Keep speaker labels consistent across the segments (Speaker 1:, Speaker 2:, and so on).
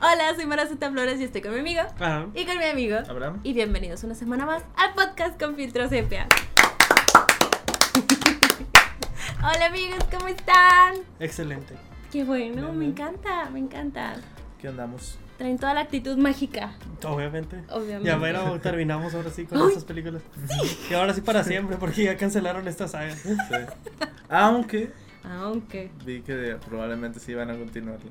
Speaker 1: Hola, soy Marazeta Flores y estoy con mi amigo
Speaker 2: Ajá.
Speaker 1: y con mi amigo.
Speaker 2: Abraham.
Speaker 1: Y bienvenidos una semana más al podcast con filtro sepia. Hola amigos, ¿cómo están?
Speaker 2: Excelente.
Speaker 1: Qué bueno,
Speaker 2: Bien,
Speaker 1: me
Speaker 2: bien.
Speaker 1: encanta, me encanta.
Speaker 2: ¿Qué andamos?
Speaker 1: Traen toda la actitud mágica,
Speaker 2: Obviamente.
Speaker 1: obviamente.
Speaker 2: Ya bueno, terminamos ahora sí con
Speaker 1: Ay.
Speaker 2: estas películas. Y ahora sí para siempre, porque ya cancelaron esta saga.
Speaker 3: Sí. Aunque
Speaker 1: Aunque.
Speaker 3: vi que probablemente sí van a continuarla.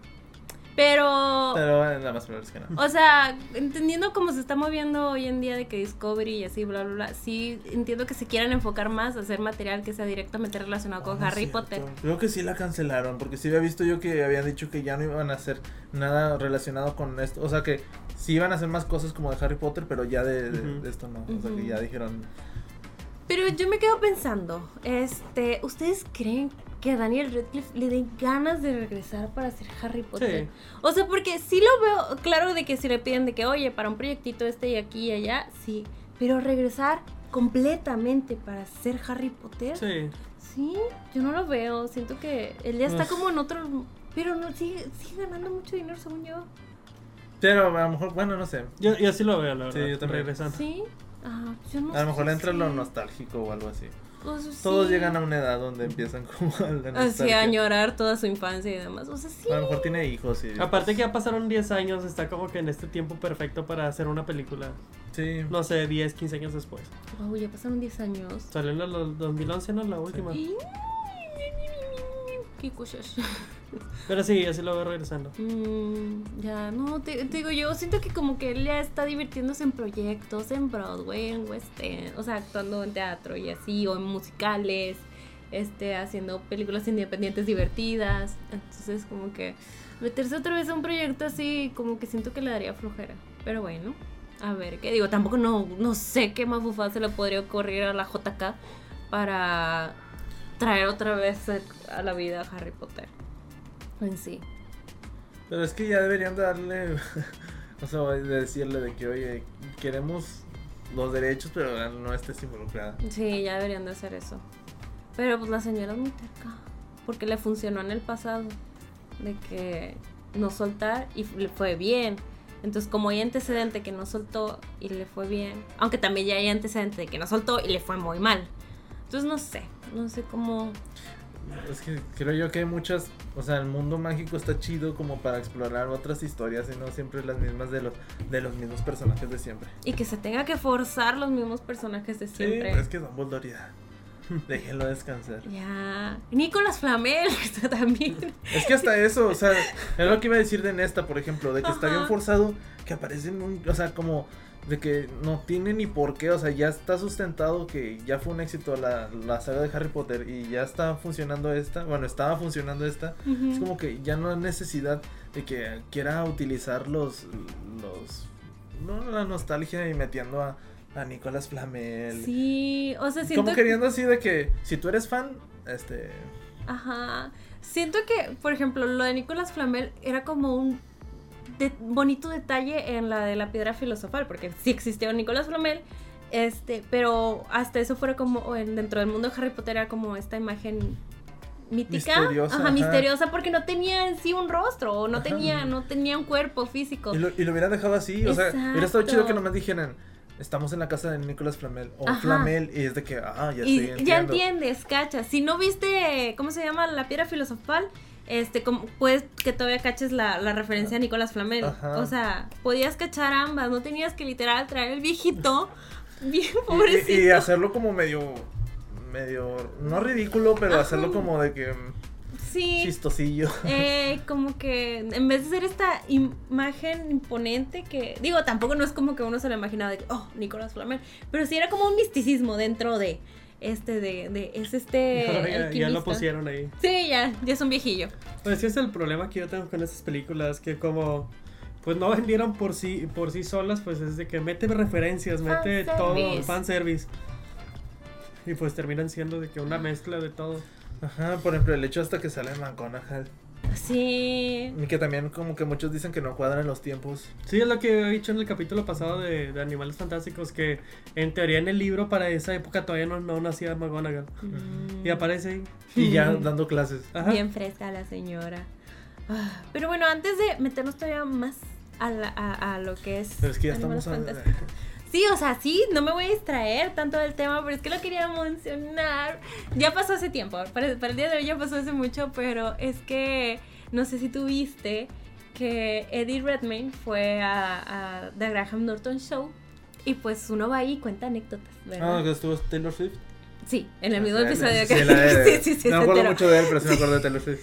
Speaker 1: Pero,
Speaker 3: Pero nada más probable es que no.
Speaker 1: o sea, entendiendo cómo se está moviendo hoy en día de que Discovery y así, bla, bla, bla, sí entiendo que se quieran enfocar más a hacer material que sea directamente relacionado con
Speaker 2: Ah,
Speaker 1: Harry
Speaker 2: cierto.
Speaker 1: Potter.
Speaker 3: Creo que sí la cancelaron, porque sí había visto yo que habían dicho que ya no iban a hacer nada relacionado con esto. O sea que sí iban a hacer más cosas como de Harry Potter, pero ya de, de-
Speaker 2: Ujú.
Speaker 3: de esto no. O sea que
Speaker 1: Ujú.
Speaker 3: ya dijeron.
Speaker 1: Pero yo me quedo pensando, este, ¿ustedes creen que a Daniel Radcliffe le den ganas de regresar para ser Harry Potter?
Speaker 2: Sí.
Speaker 1: O sea, porque sí lo veo claro de que si le piden de que, oye, para un proyectito este y aquí y allá, sí, pero regresar completamente para ser Harry Potter, sí,
Speaker 2: Sí.
Speaker 1: yo no lo veo, siento que él ya está
Speaker 2: Uf.
Speaker 1: como en otro, pero no sigue, sigue ganando mucho dinero según yo,
Speaker 3: Pero a lo mejor, bueno, no sé.
Speaker 2: Yo, yo sí lo veo, la verdad.
Speaker 3: Sí, yo también.
Speaker 2: Regresando.
Speaker 1: sí, ah, yo no
Speaker 3: A lo mejor
Speaker 1: sé
Speaker 3: le entra
Speaker 1: si-
Speaker 3: lo nostálgico o algo así.
Speaker 1: o sea,
Speaker 3: Todos
Speaker 1: sí.
Speaker 3: llegan a una edad donde empiezan como a la
Speaker 1: Así
Speaker 3: nostalgia.
Speaker 1: a añorar toda su infancia y demás. O sea, sí.
Speaker 3: A lo mejor tiene hijos y.
Speaker 2: Aparte que ya pasaron 10 años, está como que en este tiempo perfecto para hacer una película.
Speaker 3: Sí.
Speaker 2: No sé, 10, 15 años después.
Speaker 1: Wow, ya pasaron 10 años.
Speaker 2: Salió en el 2011, ¿no? La última.
Speaker 1: Y- Qué cosas.
Speaker 2: Pero sí, así lo veo regresando.
Speaker 1: Mm, ya, no, te, te digo, yo siento que como que él ya está divirtiéndose en proyectos, en Broadway, en West End, o sea, actuando en teatro y así, o en musicales, este, haciendo películas independientes divertidas. Entonces, como que meterse otra vez a un proyecto así, como que siento que le daría flojera. Pero bueno, a ver, ¿qué digo? Tampoco no, no sé qué más bufada se le podría ocurrir a la JK para traer otra vez a- a la vida a Harry Potter en sí.
Speaker 3: Pero es que ya deberían darle, o sea, de decirle de que, oye, queremos los derechos, pero la- no estés involucrada.
Speaker 1: Sí, ya deberían de hacer eso. Pero pues la señora es muy terca. Porque le funcionó en el pasado. De que no soltar y le fue bien. Entonces, como hay antecedente que no soltó y le fue bien. Aunque también ya hay antecedente de que no soltó y le fue muy mal. Entonces, no sé. No sé cómo.
Speaker 3: Es que creo yo que hay muchas, o sea, el mundo mágico está chido como para explorar otras historias y no siempre las mismas de los, de los mismos personajes de siempre.
Speaker 1: Y que se tenga que forzar los mismos personajes de siempre.
Speaker 3: pero es que Dumbledore ya, déjenlo descansar.
Speaker 1: Ya. Nicolas Flamel está también.
Speaker 3: Es que hasta eso, o sea, es lo que iba a decir de Nesta, por ejemplo, de que está
Speaker 1: Ajá.
Speaker 3: bien forzado, que aparece en un, o sea, como de que no tiene ni por qué, o sea, ya está sustentado que ya fue un éxito la, la saga de Harry Potter y ya está funcionando esta, bueno, estaba funcionando esta, es
Speaker 1: Ujú.
Speaker 3: como que ya no hay necesidad de que quiera utilizar los, los, no, la nostalgia y metiendo a, a Nicolás Flamel.
Speaker 1: Sí, o sea, siento
Speaker 3: Como queriendo así de que si tú eres fan, este...
Speaker 1: Ajá. Siento que, por ejemplo, lo de Nicolás Flamel era como un de- bonito detalle en la de la piedra filosofal, porque sí existió Nicolás Flamel, este, pero hasta eso fuera como o en- dentro del mundo de Harry Potter era como esta imagen mítica,
Speaker 3: Misteriosa,
Speaker 1: ajá,
Speaker 3: ajá.
Speaker 1: misteriosa porque no tenía en sí un rostro o no tenía no tenía un cuerpo físico.
Speaker 3: Y lo, y lo hubieran dejado así, o sea, hubiera estado
Speaker 1: Exacto.
Speaker 3: chido que nomás dijeran, estamos en la casa de Nicolás Flamel, o
Speaker 1: Ajá.
Speaker 3: Flamel, y es de que, ah, ya
Speaker 1: y
Speaker 3: estoy
Speaker 1: ya
Speaker 3: entiendo.
Speaker 1: entiendes, cachas. Si no viste, ¿cómo se llama? La piedra filosofal. Este, como, puedes que todavía caches la, la referencia a Nicolás Flamel.
Speaker 3: Ah, Ajá.
Speaker 1: O sea, podías cachar ambas. No tenías que literal traer el viejito. Bien
Speaker 3: Y- y-
Speaker 1: pobrecito.
Speaker 3: Y, hacerlo como medio, medio, no ridículo, pero
Speaker 1: Ajá.
Speaker 3: hacerlo como de que mm,
Speaker 1: sí.
Speaker 3: chistosillo.
Speaker 1: Eh, como que en vez de ser esta imagen imponente que digo tampoco no es como que uno se lo imaginaba de que, oh Nicolás Flamel pero sí era como un misticismo dentro de este de, de es este
Speaker 2: Ahora ya, ya
Speaker 1: alquimista.
Speaker 2: lo pusieron ahí.
Speaker 1: sí ya ya es un viejillo
Speaker 2: Pues sí es el problema que yo tengo con esas películas, que como pues no vendieron por sí, por sí solas, pues es de que mete referencias, mete
Speaker 1: Fanservice.
Speaker 2: todo, fanservice. Y pues terminan siendo de que una mezcla de todo.
Speaker 3: Ajá, por ejemplo, el hecho hasta que sale McConaughey.
Speaker 1: Sí.
Speaker 3: Y que también como que muchos dicen que no cuadran los tiempos.
Speaker 2: Sí, es lo que he dicho en el capítulo pasado de, de Animales Fantásticos, que en teoría en el libro para esa época todavía no, no nacía McGonagall.
Speaker 1: Mm.
Speaker 2: Y aparece ahí.
Speaker 3: Y ya dando clases.
Speaker 2: Ajá.
Speaker 1: Bien fresca la señora. Ah, Pero bueno, antes de meternos todavía más a, la- a- a lo que es.
Speaker 3: Pero es que ya
Speaker 1: Animales
Speaker 3: estamos... a-
Speaker 1: Fantásticos. Sí, o sea, sí, no me voy a distraer tanto del tema, pero es que lo quería mencionar. Ya pasó hace tiempo, para, para el día de hoy ya pasó hace mucho, pero es que no sé si tú viste que Eddie Redmayne fue a, a The Graham Norton Show y pues uno va ahí y cuenta anécdotas,
Speaker 3: Ah,
Speaker 1: ¿verdad?
Speaker 3: que estuvo Taylor Swift.
Speaker 1: Sí, en el mismo
Speaker 3: Ah,
Speaker 1: episodio
Speaker 3: sí,
Speaker 1: que...
Speaker 3: la de-
Speaker 1: sí, sí, sí, se
Speaker 3: No me acuerdo
Speaker 1: enteró.
Speaker 3: mucho de él, pero sí me acuerdo de Taylor Swift.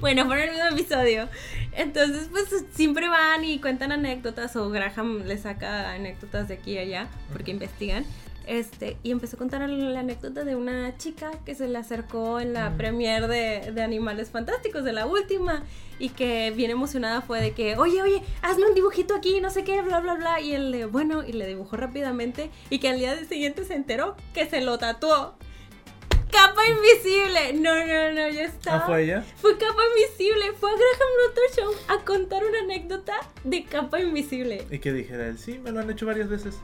Speaker 1: Bueno, fue en el mismo episodio. Entonces, pues siempre van y cuentan anécdotas o Graham le saca anécdotas de aquí y allá porque investigan. Este, y empezó a contar la anécdota de una chica que se le acercó en la
Speaker 3: Mm.
Speaker 1: premier de, de Animales Fantásticos, de la última, y que bien emocionada fue de que, oye, oye, hazme un dibujito aquí, no sé qué, bla, bla, bla. Y él, de, bueno, y le dibujó rápidamente, y que al día siguiente se enteró que se lo tatuó. ¡Capa invisible! No, no, no, yo estaba.
Speaker 3: Ah, fue ella.
Speaker 1: Fue Capa Invisible, fue a Graham Norton Show a contar una anécdota de Capa Invisible.
Speaker 3: Y que dijera él, sí, me lo han hecho varias veces.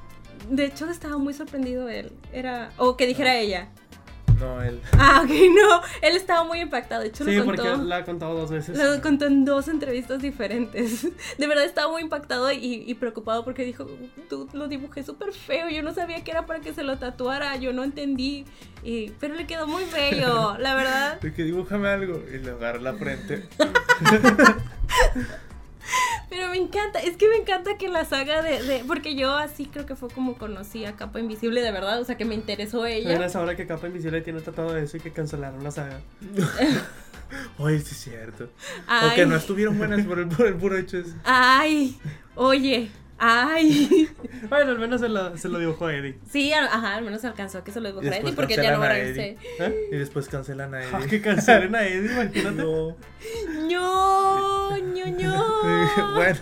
Speaker 1: De hecho, estaba muy sorprendido él. Era. O que dijera
Speaker 2: Ah.
Speaker 1: ella.
Speaker 3: No, él.
Speaker 1: Ah, ok, no. Él estaba muy impactado. De hecho,
Speaker 2: Sí,
Speaker 1: lo contó.
Speaker 2: porque la ha contado dos veces.
Speaker 1: Lo contó en dos entrevistas diferentes. De verdad estaba muy impactado y, y preocupado porque dijo, tú lo dibujé súper feo, yo no sabía que era para que se lo tatuara, yo no entendí. Y, pero le quedó muy bello, la verdad.
Speaker 3: De que dibújame algo. Y le agarra la frente.
Speaker 1: Pero me encanta, es que me encanta que la saga de, de- Porque yo así creo que fue como conocí a Capa Invisible de verdad, o sea que me interesó
Speaker 2: También
Speaker 1: ella.
Speaker 2: es ahora que Capa Invisible tiene tratado de eso y que cancelaron la saga.
Speaker 3: Oye, sí es cierto. O
Speaker 1: Ay, Pues
Speaker 3: que no estuvieron buenas por el, por el puro hecho ese.
Speaker 1: ay, oye, ay.
Speaker 2: Bueno, al menos se lo, se lo dibujó Eddie.
Speaker 1: Sí, a- ajá, al menos alcanzó a que se lo dibujó
Speaker 3: Y después
Speaker 1: Eddie porque ya no
Speaker 3: cancelan a
Speaker 1: ahora
Speaker 3: Eddie.
Speaker 1: dice.
Speaker 2: ¿Eh?
Speaker 3: Y después cancelan a
Speaker 2: Ah,
Speaker 3: él.
Speaker 2: que cancelaron a Eddie, imagínate.
Speaker 3: No.
Speaker 1: No, ño, ño.
Speaker 3: bueno.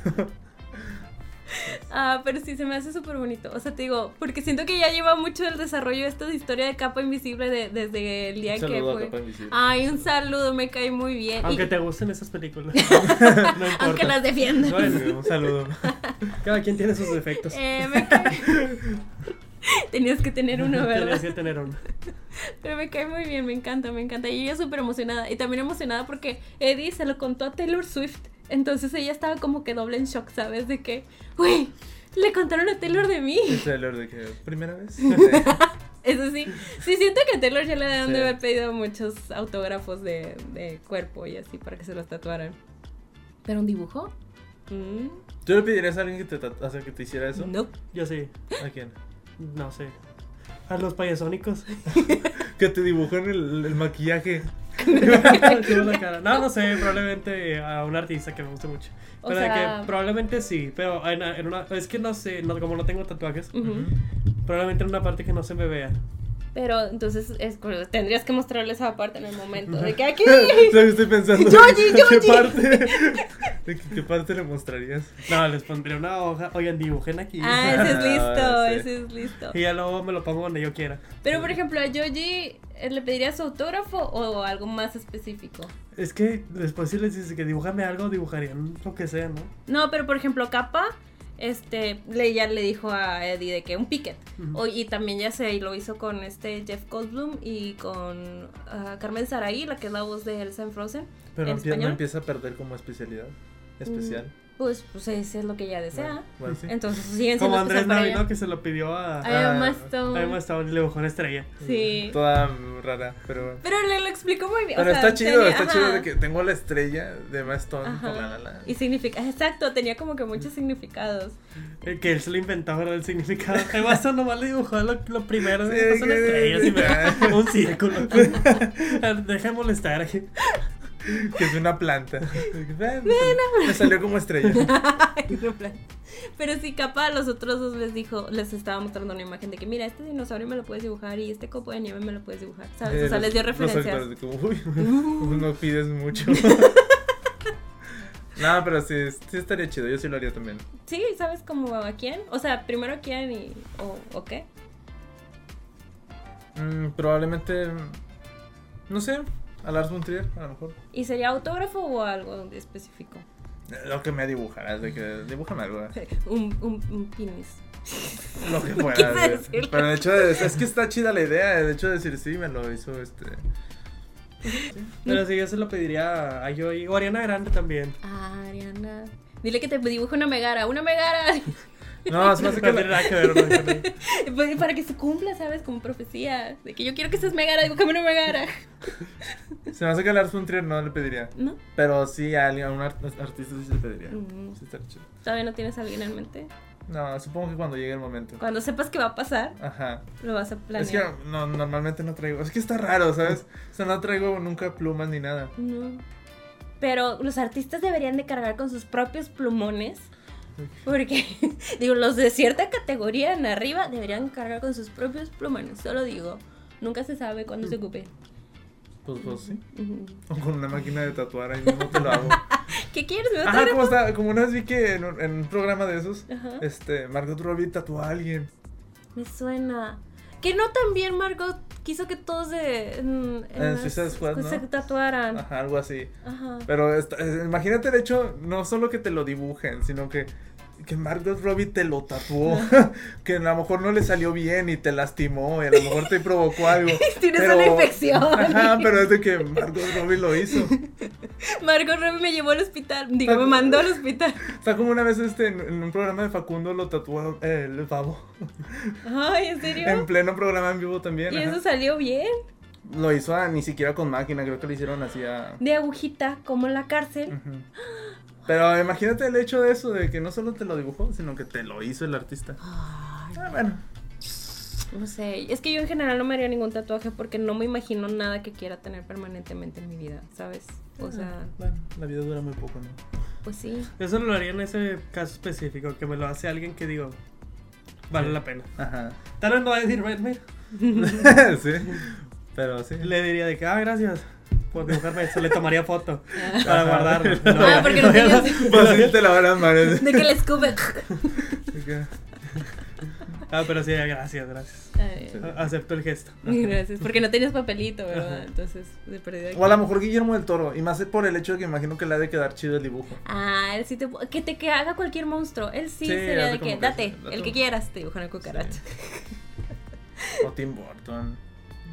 Speaker 1: Ah, pero sí, se me hace súper bonito. O sea, te digo, porque siento que ya lleva mucho el desarrollo esta de historia de Capa Invisible de- desde el día
Speaker 3: Un
Speaker 1: que
Speaker 3: saludo a
Speaker 1: fue. Ah.
Speaker 3: Capa Invisible.
Speaker 1: Ay, un saludo, me cae muy bien. Y-
Speaker 2: Aunque te gusten esas películas. no importa.
Speaker 1: aunque las defiendan.
Speaker 2: Bueno, un saludo. Cada quien tiene sus defectos.
Speaker 1: Eh, me cae- Tenías que tener uno,
Speaker 2: Tienes
Speaker 1: ¿verdad?
Speaker 2: que tener uno.
Speaker 1: Pero me cae muy bien, me encanta, me encanta. Y ella súper emocionada. Y también emocionada porque Eddie se lo contó a Taylor Swift. Entonces ella estaba como que doble en shock, ¿sabes? De que, güey, le contaron a Taylor de mí.
Speaker 3: El trailer de que, ¿primera vez?
Speaker 1: Eso sí, sí siento que a Taylor ya le deben
Speaker 3: Sí.
Speaker 1: de haber pedido muchos autógrafos de, de cuerpo y así para que se los tatuaran. ¿Pero un dibujo? Mm,
Speaker 3: ¿Tú le pedirías a alguien que te, tat- o sea, que te hiciera eso?
Speaker 1: no.
Speaker 2: Yo sí.
Speaker 3: ¿A quién?
Speaker 2: No sé. A los payasónicos.
Speaker 3: Que te dibujen el, el maquillaje.
Speaker 2: Tengo la cara. No, no sé, probablemente a un artista que me guste mucho.
Speaker 1: O
Speaker 2: pero de
Speaker 1: sea-
Speaker 2: que probablemente sí, pero en, en una, es que no sé, no- como no tengo tatuajes,
Speaker 1: Ujú.
Speaker 2: probablemente en una parte que no se me vea.
Speaker 1: Pero entonces es curioso, tendrías que mostrarles esa parte en el momento. De que aquí.
Speaker 3: Lo que estoy pensando.
Speaker 1: Yoyi, yoyi.
Speaker 3: ¿Qué parte? ¿De qué, qué parte le mostrarías?
Speaker 2: No, les pondré una hoja. Oigan, dibujen aquí.
Speaker 1: Ah, ese es listo,
Speaker 3: Ah, sí.
Speaker 1: ese es listo.
Speaker 2: Y ya luego me lo pongo donde yo quiera.
Speaker 1: Pero por ejemplo, a Yoji eh, le pedirías autógrafo o algo más específico.
Speaker 2: Es que después si les dices que dibújame algo, dibujarían lo que sea, ¿no?
Speaker 1: No, pero por ejemplo, Kappa, este, le, ya le dijo a Eddie de que un picket.
Speaker 2: Ujú.
Speaker 1: O- y también ya sé, y lo hizo con este Jeff Goldblum y con ah, Carmen Sarai, la que es la voz de Elsa en Frozen.
Speaker 3: Pero
Speaker 1: ¿En
Speaker 3: empie-
Speaker 1: español?
Speaker 3: no empieza a perder como especialidad. Especial.
Speaker 1: Pues, pues eso es lo que ella desea.
Speaker 3: Bueno, bueno, sí.
Speaker 1: Entonces siguen siendo
Speaker 2: Como Andrés
Speaker 1: especial para
Speaker 2: Navi,
Speaker 1: ella.
Speaker 2: ¿no? Que se lo pidió a...
Speaker 1: Ay, Emma
Speaker 3: Ah,
Speaker 1: Stone.
Speaker 2: a Emma Stone y le dibujó una estrella.
Speaker 1: Sí.
Speaker 3: Toda rara, pero bueno.
Speaker 1: Pero le lo explicó muy bien. o
Speaker 3: Pero
Speaker 1: sea,
Speaker 3: está chido,
Speaker 1: tenía-
Speaker 3: está
Speaker 1: ajá.
Speaker 3: chido de que tengo la estrella de Maston.
Speaker 1: Ajá.
Speaker 3: la, la, la.
Speaker 1: Y significa, exacto, tenía como que muchos significados.
Speaker 2: Eh, Que él se lo inventó, ¿verdad? El significado. Emma Stone nomás le dibujó lo, lo primero.
Speaker 3: Sí,
Speaker 2: estas son
Speaker 3: que-
Speaker 2: estrellas y me- un círculo. A ver, Deja de molestar aquí.
Speaker 3: Que es una planta. Me salió como estrella.
Speaker 1: Ay, no, plan. Pero sí, capaz los otros dos les dijo, les estaba mostrando una imagen de que mira, este dinosaurio me lo puedes dibujar y este copo de nieve me lo puedes dibujar. ¿Sabes?
Speaker 3: Eh,
Speaker 1: o sea,
Speaker 3: los-
Speaker 1: les dio
Speaker 3: los
Speaker 1: referencias. Uh.
Speaker 3: actores de como, uy, no pides mucho. no, pero sí, sí estaría chido. Yo sí lo haría también.
Speaker 1: Sí, ¿sabes cómo a quién? O sea, primero a quién y. o, ¿o qué?
Speaker 3: Mm, probablemente. mm, No sé. a Lars von Trier, a lo mejor.
Speaker 1: ¿Y sería autógrafo o algo específico?
Speaker 3: Lo que me dibujarás, de que dibújame algo. ¿verdad?
Speaker 1: Un, un, un penis.
Speaker 3: Lo que
Speaker 1: quise
Speaker 3: puedas. güey.
Speaker 1: decirlo.
Speaker 3: Pero de hecho es, es que está chida la idea, eh. de hecho decir sí me lo hizo este.
Speaker 2: Pero sí, yo se lo pediría a Joy. O Ariana Grande también.
Speaker 1: Ah, Ariana. Dile que te dibuje una megara, una megara.
Speaker 3: No, es
Speaker 2: No
Speaker 3: más
Speaker 2: sé
Speaker 3: que
Speaker 2: tiene
Speaker 3: la-
Speaker 2: nada que ver güey, con él.
Speaker 1: Pues, Para que se cumpla, ¿sabes? Como profecía. De que yo quiero que seas megara, dibújame una megara.
Speaker 3: se me hace que a Lars von Trier no le pediría.
Speaker 1: ¿No?
Speaker 3: Pero sí a, alguien- a un art- artista sí se le pediría.
Speaker 1: Mm.
Speaker 3: Sí, está chido.
Speaker 1: ¿Todavía no tienes a alguien en mente?
Speaker 3: No, supongo que cuando llegue el momento.
Speaker 1: Cuando sepas que va a pasar,
Speaker 3: Ajá.
Speaker 1: lo vas a
Speaker 3: Es que
Speaker 1: planear.
Speaker 3: no, normalmente no traigo. Es que está raro, ¿sabes? O sea, no traigo nunca plumas ni nada.
Speaker 1: No. Pero los artistas deberían de cargar con sus propios plumones. Porque, digo, los de cierta categoría en arriba deberían cargar con sus propios plumones. Solo digo, nunca se sabe cuándo se ocupe.
Speaker 3: Pues, pues sí.
Speaker 1: Ujú.
Speaker 3: O con una máquina de tatuar ahí mismo te lo hago.
Speaker 1: ¿Qué quieres? ¿Me vas a
Speaker 3: Ajá,
Speaker 1: dar-
Speaker 3: como, está, como una vez vi que en un, en un programa de esos,
Speaker 1: Ajá.
Speaker 3: este, Margot Robbie tatuó a alguien.
Speaker 1: Me suena. Que no también Margot quiso que todos de, en,
Speaker 3: En Suicide Squad,
Speaker 1: que
Speaker 3: ¿no? Ah.
Speaker 1: se tatuaran. Ajá.
Speaker 3: Ajá, algo así. Pero esta- eh, imagínate, de hecho, no solo que te lo dibujen, sino que, que Margot Robbie te lo tatuó. que a lo mejor no le salió bien y te lastimó y a lo mejor te provocó algo.
Speaker 1: Tienes una infección.
Speaker 3: Ajá, pero es de que Margot Robbie lo hizo.
Speaker 1: Margot Robbie me llevó al hospital. Digo, me mandó al hospital.
Speaker 3: Está como una vez este, en, en un programa de Facundo lo tatuó eh, el babo.
Speaker 1: Ay, ¿en
Speaker 3: En
Speaker 1: serio?
Speaker 3: pleno programa en vivo también.
Speaker 1: Y
Speaker 3: ajá.
Speaker 1: eso salió bien.
Speaker 3: Lo hizo a- ni siquiera con máquina, creo que lo hicieron así a...
Speaker 1: De agujita, como en la cárcel.
Speaker 3: Ujú. Pero imagínate el hecho de eso, de que no solo te lo dibujó, sino que te lo hizo el artista.
Speaker 1: Ay,
Speaker 3: Ah, bueno.
Speaker 1: No sé, es que yo en general no me haría ningún tatuaje porque no me imagino nada que quiera tener permanentemente en mi vida, ¿sabes? O sea,
Speaker 3: Bueno, la vida dura muy poco, ¿no?
Speaker 1: pues sí.
Speaker 2: Yo solo lo haría en ese caso específico, que me lo hace alguien que digo, vale la pena.
Speaker 3: Ajá.
Speaker 2: Tal vez no va a decir, "Ven, mira".
Speaker 3: sí. Pero sí.
Speaker 2: Le diría de que, ah, gracias por dibujarme eso. Le tomaría foto para
Speaker 3: Ajá.
Speaker 2: guardarlo.
Speaker 1: Ah, porque no tenías-
Speaker 3: Pues sí, te la van a amar. es-
Speaker 1: De que le escupe.
Speaker 3: de que-
Speaker 2: Ah, pero sí, gracias, gracias.
Speaker 1: Ay.
Speaker 3: Sí.
Speaker 2: A- Acepto el gesto.
Speaker 1: Gracias, porque no tenías papelito, ¿verdad? Entonces, de perdida.
Speaker 3: O a lo mejor Guillermo del Toro, y más por el hecho de que imagino que le ha de quedar chido el dibujo.
Speaker 1: Ah, él sí te. pu- Que te que haga cualquier monstruo. Él sí,
Speaker 3: Sí,
Speaker 1: sería
Speaker 3: hace
Speaker 1: de
Speaker 3: como
Speaker 1: que.
Speaker 3: que
Speaker 1: Date,
Speaker 3: sí, date
Speaker 1: el
Speaker 3: un-
Speaker 1: que quieras, te dibuja una cucaracha.
Speaker 3: O Tim Burton.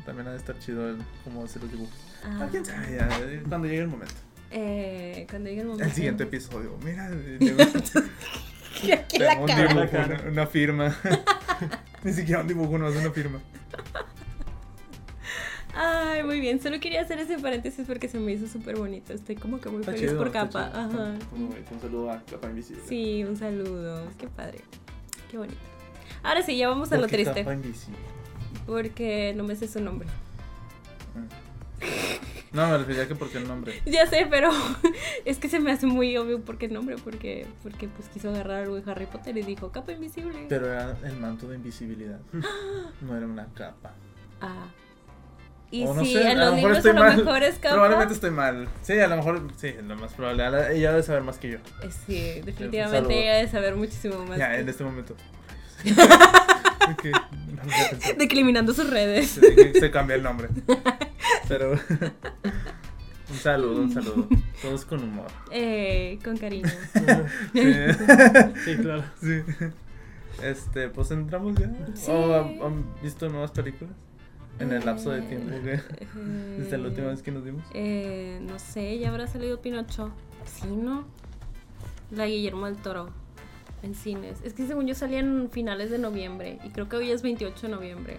Speaker 3: También ha de estar chido el, cómo hacer los dibujos.
Speaker 1: Ah,
Speaker 3: Ah, quién sabe, ya, eh, cuando llegue el momento.
Speaker 1: eh, cuando llegue el momento.
Speaker 3: El siguiente episodio. Mira, eh, tengo-
Speaker 1: Aquí en la
Speaker 3: un
Speaker 1: cara.
Speaker 3: dibujo, una, una firma. Ni siquiera un dibujo, no es una firma.
Speaker 1: Ay, muy bien. Solo quería hacer ese paréntesis porque se me hizo súper bonito. Estoy como que muy
Speaker 3: Está
Speaker 1: feliz
Speaker 3: chido,
Speaker 1: por
Speaker 3: está
Speaker 1: capa.
Speaker 3: chido.
Speaker 1: Ajá.
Speaker 3: Un, un saludo a Capa Invisible.
Speaker 1: Sí, un saludo. Qué padre. Qué bonito. Ahora sí, ya vamos a lo
Speaker 3: Porque
Speaker 1: triste.
Speaker 3: Capa Invisible.
Speaker 1: Porque no me sé su nombre.
Speaker 3: No, me refería que porque el nombre.
Speaker 1: Ya sé, pero es que se me hace muy obvio por qué el nombre, porque, porque pues quiso agarrar algo de Harry Potter y dijo capa invisible.
Speaker 3: Pero era el manto de invisibilidad. No era una capa.
Speaker 1: Ah. Y
Speaker 3: O
Speaker 1: sí,
Speaker 3: no sé,
Speaker 1: en los libros a lo mejor es capa.
Speaker 3: Probablemente estoy mal. Sí, a lo mejor, sí, lo más probable. A la- Ella debe saber más que yo.
Speaker 1: Eh, Sí,
Speaker 3: Un saludo.
Speaker 1: definitivamente ella debe saber muchísimo más.
Speaker 3: ya,
Speaker 1: que-
Speaker 3: en este momento. Ok, no lo había pensado.
Speaker 1: Decliminando sus redes.
Speaker 3: Se, se cambia el nombre. Pero. Un saludo, un saludo. Todos con humor.
Speaker 1: Eh, con cariño.
Speaker 3: Sí.
Speaker 2: Sí, claro.
Speaker 3: Sí. Este, pues entramos ya.
Speaker 1: Sí.
Speaker 3: ¿O han, han visto nuevas películas? En el lapso de
Speaker 1: Eh,
Speaker 3: tiempo que.
Speaker 1: eh,
Speaker 3: Desde la última vez que nos vimos.
Speaker 1: Eh, no sé, ya habrá salido Pinocho. Sí, ¿no? La Guillermo del Toro. En cines. Es que según yo salían finales de noviembre. Y creo que hoy es 28 de noviembre.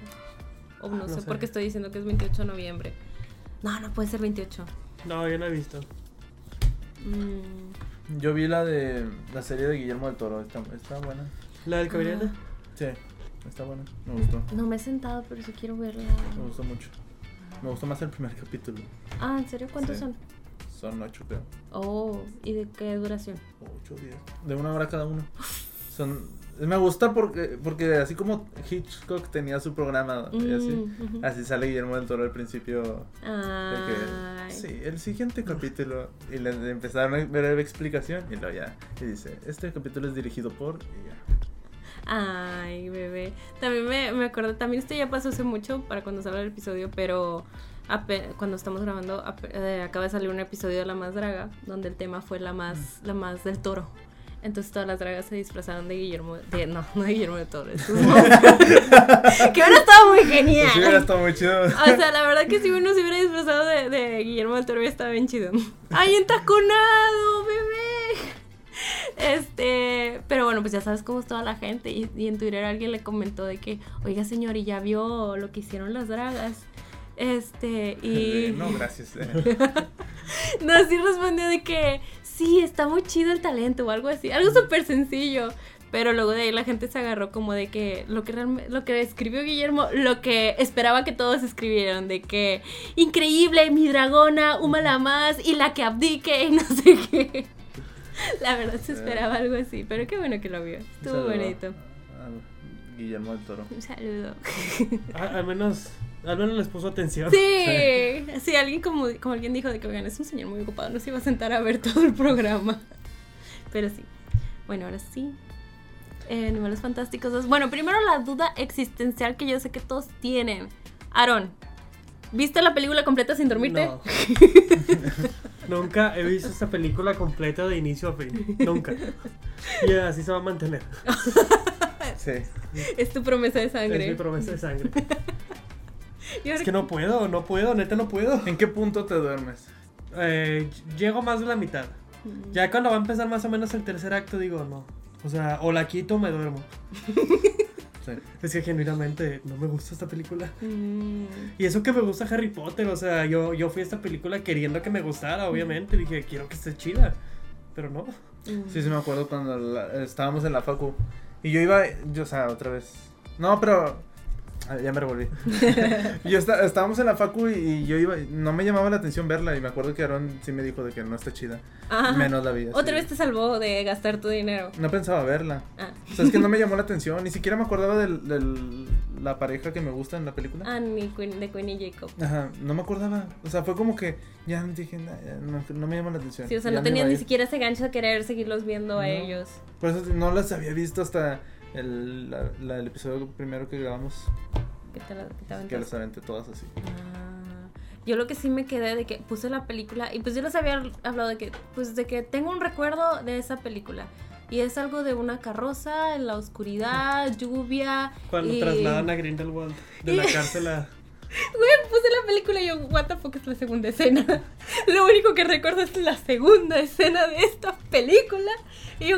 Speaker 1: O
Speaker 3: Ah,
Speaker 1: no,
Speaker 2: no
Speaker 1: sé,
Speaker 2: sé.
Speaker 1: por qué estoy diciendo que es 28 de noviembre. No, no puede ser 28.
Speaker 2: No, yo no he visto.
Speaker 1: Mm,
Speaker 3: Yo vi la de. La serie de Guillermo del Toro. Está, está buena.
Speaker 2: ¿La del caballero?
Speaker 1: Ah.
Speaker 3: Sí, está buena. Me gustó.
Speaker 1: no me he sentado, pero sí quiero verla.
Speaker 3: Me gustó mucho. Me gustó más el primer capítulo.
Speaker 1: Ah, ¿en serio? ¿Cuántos
Speaker 3: Sí.
Speaker 1: son?
Speaker 3: Son ocho, creo.
Speaker 1: Oh, ¿y de qué duración?
Speaker 3: Ocho, diez. De una hora cada uno. Son. Me gusta porque, porque así como Hitchcock tenía su programa y así,
Speaker 1: Mm, ujú.
Speaker 3: así sale Guillermo del Toro al principio De
Speaker 1: Ay.
Speaker 3: Ah, que, sí, el siguiente capítulo. Y le le empezaron a ver la explicación. Y luego ya. Y dice: Este capítulo es dirigido por. Y ya.
Speaker 1: Ay, bebé. También me, me acuerdo, también esto ya pasó hace mucho para cuando salga el episodio, pero ape- cuando estamos grabando, ape- eh, acaba de salir un episodio de La Más Draga, donde el tema fue la más, la más del toro. Entonces todas las dragas se disfrazaron de Guillermo, de, no, no de Guillermo de Toro, de sus monstruos. que hubiera estado muy genial.
Speaker 3: Pues hubiera estado muy chido.
Speaker 1: O sea, la verdad que si uno se hubiera disfrazado de, de Guillermo del Toro hubiera estado bien chido. ¡Ay, entaconado, bebé! Este, pero bueno, pues ya sabes cómo es toda la gente. Y, y en Twitter alguien le comentó de que, oiga, señor, y ya vio lo que hicieron las dragas. Este, y.
Speaker 3: Eh, No, gracias.
Speaker 1: No, así respondió de que sí, está muy chido el talento o algo así, algo súper sencillo. Pero luego de ahí la gente se agarró como de que lo que, realme- lo que escribió Guillermo, lo que esperaba que todos escribieron, de que increíble, mi dragona, una la más y la que abdique y no sé qué. La verdad se esperaba algo así, pero qué bueno que lo vio.
Speaker 3: Eh. Un
Speaker 1: Estuvo
Speaker 3: saludo
Speaker 1: bonito.
Speaker 3: a Guillermo del Toro.
Speaker 1: Un saludo.
Speaker 2: A- Ah, al menos al menos les puso atención.
Speaker 1: Sí, sí, alguien como, como alguien dijo de que, oigan, es un señor muy ocupado, no se iba a sentar a ver todo el programa. Pero sí. Bueno, ahora sí. Eh, Números fantásticos dos. Bueno, primero la duda existencial que yo sé que todos tienen. Aaron, ¿viste la película completa sin dormirte?
Speaker 2: No. Nunca he visto esta película completa de inicio a fin. Nunca. Y así se va a mantener.
Speaker 3: Sí.
Speaker 1: Es tu promesa de
Speaker 2: Es mi
Speaker 1: sangre.
Speaker 2: promesa de sangre.
Speaker 1: Y ahora-
Speaker 2: Es que no puedo, no puedo, neta no puedo.
Speaker 3: ¿En qué punto te duermes?
Speaker 2: Eh, ll- llego más de la mitad. Ya cuando va a empezar más o menos el tercer acto digo, no. O sea, o la quito o me duermo.
Speaker 3: Sí.
Speaker 2: Es que genuinamente no me gusta esta película.
Speaker 1: Mm,
Speaker 2: Y eso que me gusta Harry Potter, o sea, yo, yo fui a esta película queriendo que me gustara, obviamente. Dije, quiero que esté chida. Pero no.
Speaker 1: mm.
Speaker 3: Sí, sí me acuerdo cuando la- estábamos en la facu. Y yo iba, yo, o sea, otra vez. No, pero... ah, ya me revolví. yo esta- estábamos en la facu y, y yo iba, no me llamaba la atención verla. Y me acuerdo que Aaron sí me dijo de que no está chida.
Speaker 1: Ajá.
Speaker 3: Menos la vida.
Speaker 1: Otra vez te salvó de gastar tu dinero.
Speaker 3: No pensaba verla.
Speaker 1: Ah.
Speaker 3: O sea, es que no me llamó la atención. Ni siquiera me acordaba de la pareja que me gusta en la película.
Speaker 1: Annie Ah, Queen- de Queen y Jacob.
Speaker 3: Ajá, no me acordaba. O sea, fue como que ya dije, "Nah, ya no, no me llama la atención.
Speaker 1: Sí, o sea,
Speaker 3: Ya
Speaker 1: no
Speaker 3: me
Speaker 1: tenías
Speaker 3: iba a
Speaker 1: ni
Speaker 3: ir.
Speaker 1: siquiera ese gancho de querer seguirlos viendo a
Speaker 3: No.
Speaker 1: ellos.
Speaker 3: Por eso no las había visto hasta el, la- la- el episodio primero que grabamos.
Speaker 1: ¿Qué te la- qué te
Speaker 3: Que
Speaker 1: aventaste?
Speaker 3: las aventé todas así.
Speaker 1: Ah, Yo lo que sí me quedé de que puse la película y pues yo les había hablado de que pues de que tengo un recuerdo de esa película y es algo de una carroza en la oscuridad, lluvia
Speaker 2: Cuando
Speaker 1: y-
Speaker 2: trasladan a Grindelwald de la cárcel a...
Speaker 1: Güey, puse la película y yo what the fuck es la segunda escena. Lo único que recuerdo es la segunda escena de esta película y yo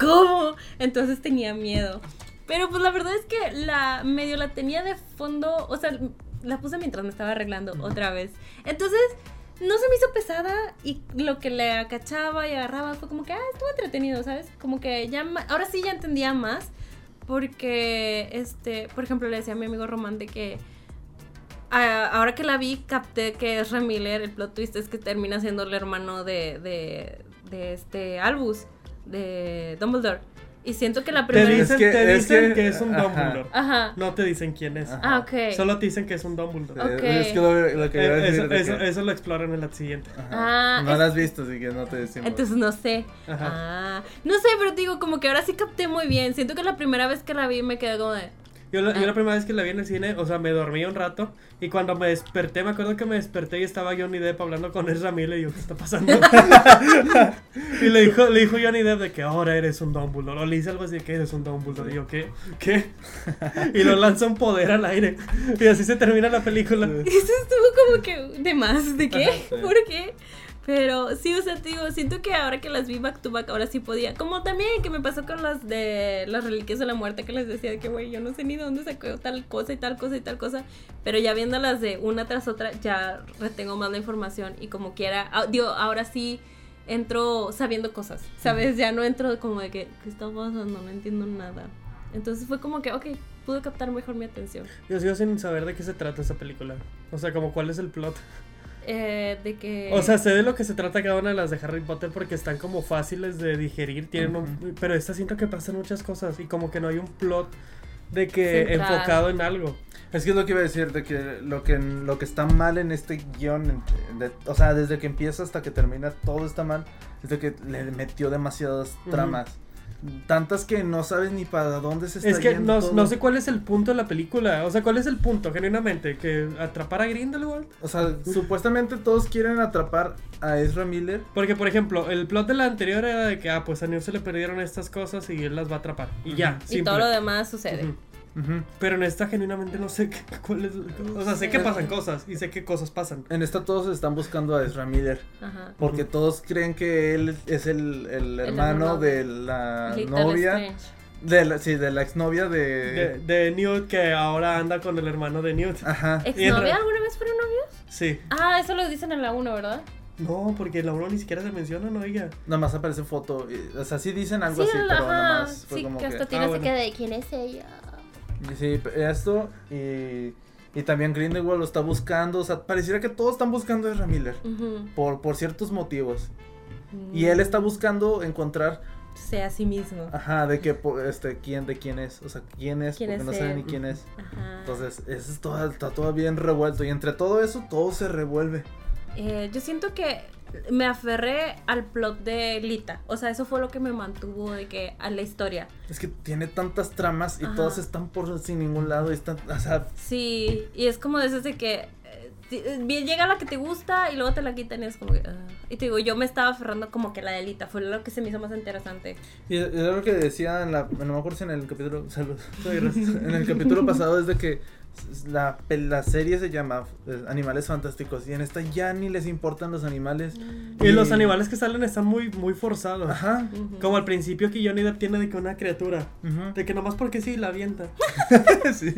Speaker 1: ¿cómo? Entonces tenía miedo. Pero pues la verdad es que la medio la tenía de fondo, o sea, la puse mientras me estaba arreglando otra vez. Entonces, no se me hizo pesada y lo que le acachaba y agarraba fue como que, ah, estuvo entretenido, ¿sabes? Como que ya, ma- ahora sí ya entendía más porque, este, por ejemplo, le decía a mi amigo Román de que ah, ahora que la vi capté que es Ray Miller, el plot twist es que termina siendo el hermano de, de, de este Albus, de Dumbledore. Y siento que la
Speaker 2: Te
Speaker 1: primera...
Speaker 2: dicen,
Speaker 3: dice- Es que-
Speaker 2: te
Speaker 3: es
Speaker 2: dicen
Speaker 3: que-
Speaker 2: que, es un
Speaker 3: ajá.
Speaker 2: Dumbledore.
Speaker 1: Ajá.
Speaker 2: No te dicen quién es.
Speaker 3: Ajá.
Speaker 1: Ah, ok.
Speaker 2: Solo te dicen que es un Dumbledore.
Speaker 1: Ok.
Speaker 3: Eh, Es que lo, lo que iba a
Speaker 2: Eh,
Speaker 3: decir
Speaker 2: Eso,
Speaker 3: de
Speaker 2: eso-
Speaker 3: que-
Speaker 2: eso lo exploran en la siguiente.
Speaker 3: Ajá.
Speaker 1: Ah,
Speaker 3: no
Speaker 1: es-
Speaker 3: las has visto, así que no te decimos.
Speaker 1: Entonces no sé.
Speaker 2: Ajá.
Speaker 1: Ah, no sé, pero te digo, como que ahora sí capté muy bien. Siento que la primera vez que la vi me quedé como de.
Speaker 2: Yo, la, yo
Speaker 1: Ah.
Speaker 2: la primera vez que la vi en el cine, o sea, me dormí un rato y cuando me desperté, me acuerdo que me desperté y estaba Johnny Depp hablando con Ezra Miller y yo, ¿qué está pasando? y le dijo, le dijo Johnny Depp de que ahora eres un Dumbledore, o le dice algo así de que eres un Dumbledore, y yo, ¿qué? ¿Qué? y lo lanza un poder al aire y así se termina la película.
Speaker 1: Eso estuvo como que de más. ¿De qué?
Speaker 3: Ajá, sí.
Speaker 1: ¿Por qué? Pero sí, o sea, te digo, siento que ahora que las vi back to back, ahora sí podía. Como también que me pasó con las de las reliquias de la muerte que les decía de que, güey, yo no sé ni de dónde sacó tal cosa y tal cosa y tal cosa. Pero ya viéndolas de una tras otra, ya retengo más la información y como quiera. ah, Digo, ahora sí entro sabiendo cosas, ¿sabes? Ya no entro como de que, ¿qué está pasando? No entiendo nada. Entonces fue como que, ok, pude captar mejor mi atención.
Speaker 2: Yo sigo sin saber de qué se trata esa película. O sea, como cuál es el plot.
Speaker 1: Eh, de que...
Speaker 2: O sea, sé de lo que se trata cada una de las de Harry Potter porque están como fáciles de digerir, tienen un- pero esta siento que pasan muchas cosas y como que no hay un plot de que
Speaker 1: Central.
Speaker 2: enfocado en algo.
Speaker 3: Es que es lo que iba a decir, de que lo que, lo que está mal en este guión, en- de- o sea, desde que empieza hasta que termina, todo está mal, es de que le metió demasiadas
Speaker 2: Ujú.
Speaker 3: tramas. Tantas que no sabes ni para dónde se está
Speaker 2: Es que
Speaker 3: yendo
Speaker 2: no,
Speaker 3: todo.
Speaker 2: no sé cuál es el punto de la película. O sea, ¿cuál es el punto, genuinamente? ¿Que atrapar a Grindelwald?
Speaker 3: O sea, supuestamente todos quieren atrapar a Ezra Miller.
Speaker 2: Porque, por ejemplo, el plot de la anterior era de que, ah, pues a Newt se le perdieron estas cosas y él las va a atrapar. Y ya,
Speaker 1: Y
Speaker 2: simple.
Speaker 1: todo lo demás sucede.
Speaker 2: Ujú. Pero en esta, genuinamente, no sé qué- cuál es. O sea, sé que pasan cosas y sé que cosas pasan.
Speaker 3: En esta todos están buscando a Ezra Miller.
Speaker 1: Ajá.
Speaker 3: Porque
Speaker 2: Ujú.
Speaker 3: todos creen que él es el, el hermano
Speaker 1: hermano
Speaker 3: de la
Speaker 1: Little
Speaker 3: novia.
Speaker 1: Strange.
Speaker 3: De la, sí, de la exnovia
Speaker 2: De,
Speaker 3: de...
Speaker 2: de Newt, que ahora anda con el hermano de Newt.
Speaker 3: Ajá.
Speaker 1: ¿Exnovia alguna vez fueron novios?
Speaker 2: Sí.
Speaker 1: Ah, eso lo dicen en la 1, ¿verdad?
Speaker 2: No, porque la uno ni siquiera se menciona, no, oiga.
Speaker 3: Nada más aparece foto. y- O sea, sí dicen algo
Speaker 1: sí,
Speaker 3: así, pero nada
Speaker 1: ajá.
Speaker 3: más. Fue
Speaker 1: Sí,
Speaker 3: como
Speaker 1: que hasta
Speaker 3: que...
Speaker 1: tiene
Speaker 2: ah,
Speaker 1: ese
Speaker 2: bueno.
Speaker 1: que de quién es ella.
Speaker 3: Sí, esto y... Y también Grindelwald lo está buscando. O sea, pareciera que todos están buscando a Ezra Miller.
Speaker 1: Ujú.
Speaker 3: Por, por ciertos motivos.
Speaker 1: Mm.
Speaker 3: Y él Ah, está buscando encontrar
Speaker 1: Sea a sí mismo.
Speaker 3: Ajá, de que po- este quién de quién es, o sea, quién es,
Speaker 1: ¿Quién
Speaker 3: porque
Speaker 1: es
Speaker 3: no sabe
Speaker 1: él? Ah.
Speaker 3: ni quién es.
Speaker 1: Ajá.
Speaker 3: Entonces, eso es todo, está todo bien revuelto y entre todo eso todo se revuelve.
Speaker 1: Eh, yo siento que me aferré al plot de Lita. O sea, eso fue lo que me mantuvo de que a la historia.
Speaker 3: Es que tiene tantas tramas y
Speaker 1: Ajá.
Speaker 3: todas están por sin ningún lado y están, o sea,
Speaker 1: Sí, y es como de esas de que eh, ti- eh, bien llega la que te gusta y luego te la quitan y es como que, ah. Y te digo, yo me estaba aferrando como que la de Lita, fue lo que se me hizo más interesante.
Speaker 3: y era lo que decía en la no me acuerdo si en el capítulo, salud,
Speaker 2: gracias.
Speaker 3: en el capítulo pasado es de que s- la, pel- la serie se llama eh, Animales Fantásticos y en esta ya ni les importan los animales.
Speaker 2: Y Ah. los animales que salen están muy, muy forzados.
Speaker 3: Ajá.
Speaker 1: Ujú.
Speaker 2: Como al principio que Johnny Depp tiene de que una criatura.
Speaker 3: ujú.
Speaker 2: De que nomás porque sí la avienta.
Speaker 3: Sí.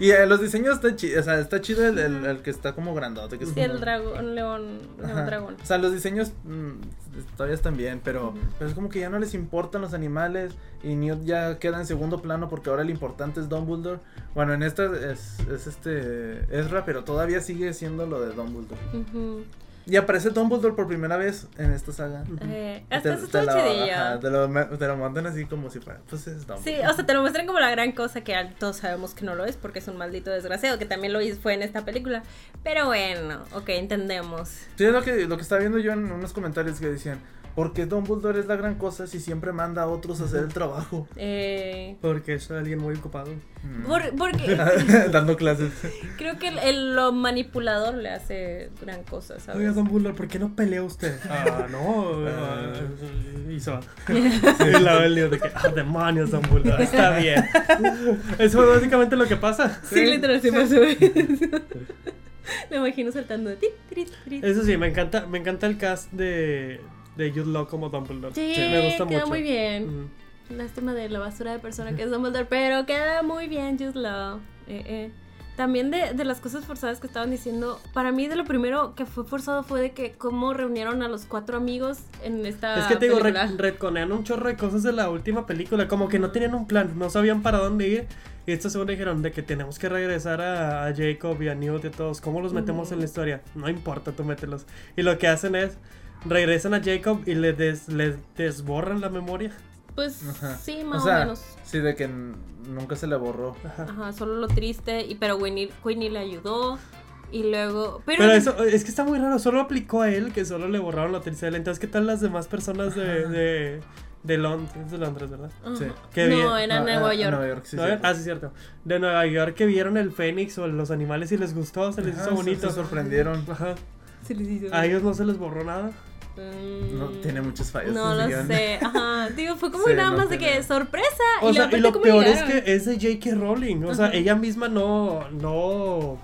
Speaker 3: Y eh, los diseños están chidos. O sea, está chido el, el- el que está como grandote. Que es
Speaker 1: Sí, el
Speaker 3: como-
Speaker 1: dragón, un león,
Speaker 3: Ajá.
Speaker 1: león dragón.
Speaker 3: O sea, los diseños mm, todavía están bien, pero,
Speaker 1: Ujú.
Speaker 3: pero es como que ya no les importan los animales. Y Newt ya queda en segundo plano porque ahora el importante es Dumbledore. Bueno, en esta es, es este Ezra, pero todavía sigue siendo lo de Dumbledore.
Speaker 1: Ujú.
Speaker 3: Y aparece Dumbledore por primera vez en esta saga.
Speaker 1: Eh,
Speaker 3: Y
Speaker 1: hasta eso
Speaker 3: te,
Speaker 1: estuvo
Speaker 3: lo,
Speaker 1: chidillo.
Speaker 3: ajá, te, lo, ma- te lo mandan así como si fuera. Pues es Dumbledore.
Speaker 1: Sí, o sea, te lo muestran como la gran cosa que al- todos sabemos que no lo es porque es un maldito desgraciado, que también lo hizo- fue en esta película. Pero bueno, ok, entendemos.
Speaker 3: Sí, es lo que, lo que estaba viendo yo en unos comentarios que decían, ¿por qué Dumbledore es la gran cosa si siempre manda a otros a hacer el trabajo?
Speaker 1: Eh,
Speaker 2: Porque es alguien muy ocupado.
Speaker 3: Mm.
Speaker 1: por- porque
Speaker 3: Dando clases.
Speaker 1: creo que el, el- lo manipulador le hace gran cosa,
Speaker 2: Oiga,
Speaker 1: ¿sabes?
Speaker 2: Don Buller, ¿por qué no pelea usted? Ah, no. ah, y se va. Y la ve el niño de que, ah, demonios, Don Buller. Está bien. Eso fue básicamente lo que pasa.
Speaker 1: Sí, literal, se pasó eso. Lo imagino saltando de ti, tri, tri.
Speaker 2: Eso sí, me encanta, me encanta el cast de, de Jude Law como Dumbledore.
Speaker 1: Sí,
Speaker 2: me gusta
Speaker 1: queda
Speaker 2: mucho.
Speaker 1: muy bien.
Speaker 2: Ujú.
Speaker 1: Lástima de la basura de persona que es Dumbledore, pero queda muy bien, Jude Law. Eh, eh. También de, de las cosas forzadas que estaban diciendo, para mí de lo primero que fue forzado fue de que cómo reunieron a los cuatro amigos en esta
Speaker 2: Es que te digo, re-
Speaker 1: Ah, película.
Speaker 2: retconean un chorro de cosas de la última película, como que no tenían un plan, no sabían para dónde ir. Y estos según dijeron de que tenemos que regresar a, a Jacob y a Newt y a todos. ¿Cómo los metemos en la historia? No importa, tú mételos. Y lo que hacen es, regresan a Jacob y le, des- le desborran la memoria.
Speaker 1: Pues
Speaker 3: Ajá.
Speaker 1: sí, más o,
Speaker 3: sea,
Speaker 1: menos.
Speaker 3: Sí, de que n- nunca se le borró.
Speaker 2: Ajá.
Speaker 1: Ajá, solo lo triste, y pero Winnie, Winnie le ayudó y luego... Pero,
Speaker 2: Pero eso, es que está muy raro, solo aplicó a él que solo le borraron la tercera. Entonces, ¿qué tal las demás personas de,
Speaker 3: Ajá.
Speaker 2: de, de Londres? De Londres, ¿verdad?
Speaker 1: Ajá.
Speaker 3: Sí.
Speaker 2: Qué
Speaker 1: no,
Speaker 2: bien.
Speaker 1: era
Speaker 3: No,
Speaker 1: Nueva York.
Speaker 3: Ah, Nueva York, sí.
Speaker 2: ¿No
Speaker 3: sí.
Speaker 2: ven? Ah, sí, cierto. De Nueva York que vieron el Fénix o los animales y les gustó, se les
Speaker 3: Ajá,
Speaker 2: hizo
Speaker 3: Ah, se-
Speaker 2: bonito.
Speaker 3: Se sorprendieron.
Speaker 2: Ajá.
Speaker 1: Se les hizo
Speaker 2: A ellos no se les borró nada.
Speaker 1: Mm,
Speaker 3: No, tiene muchas fallas.
Speaker 1: No
Speaker 3: ese
Speaker 1: lo
Speaker 3: guión.
Speaker 1: sé, ajá. Digo, fue como
Speaker 3: Sí,
Speaker 1: nada
Speaker 3: no
Speaker 1: más de que
Speaker 3: tiene-
Speaker 1: sorpresa.
Speaker 2: O sea,
Speaker 1: aparte
Speaker 2: y lo
Speaker 1: cómo
Speaker 2: peor es
Speaker 1: llegaron.
Speaker 2: que es de J.K. Rowling. O sea,
Speaker 1: Ajá.
Speaker 2: ella misma no, no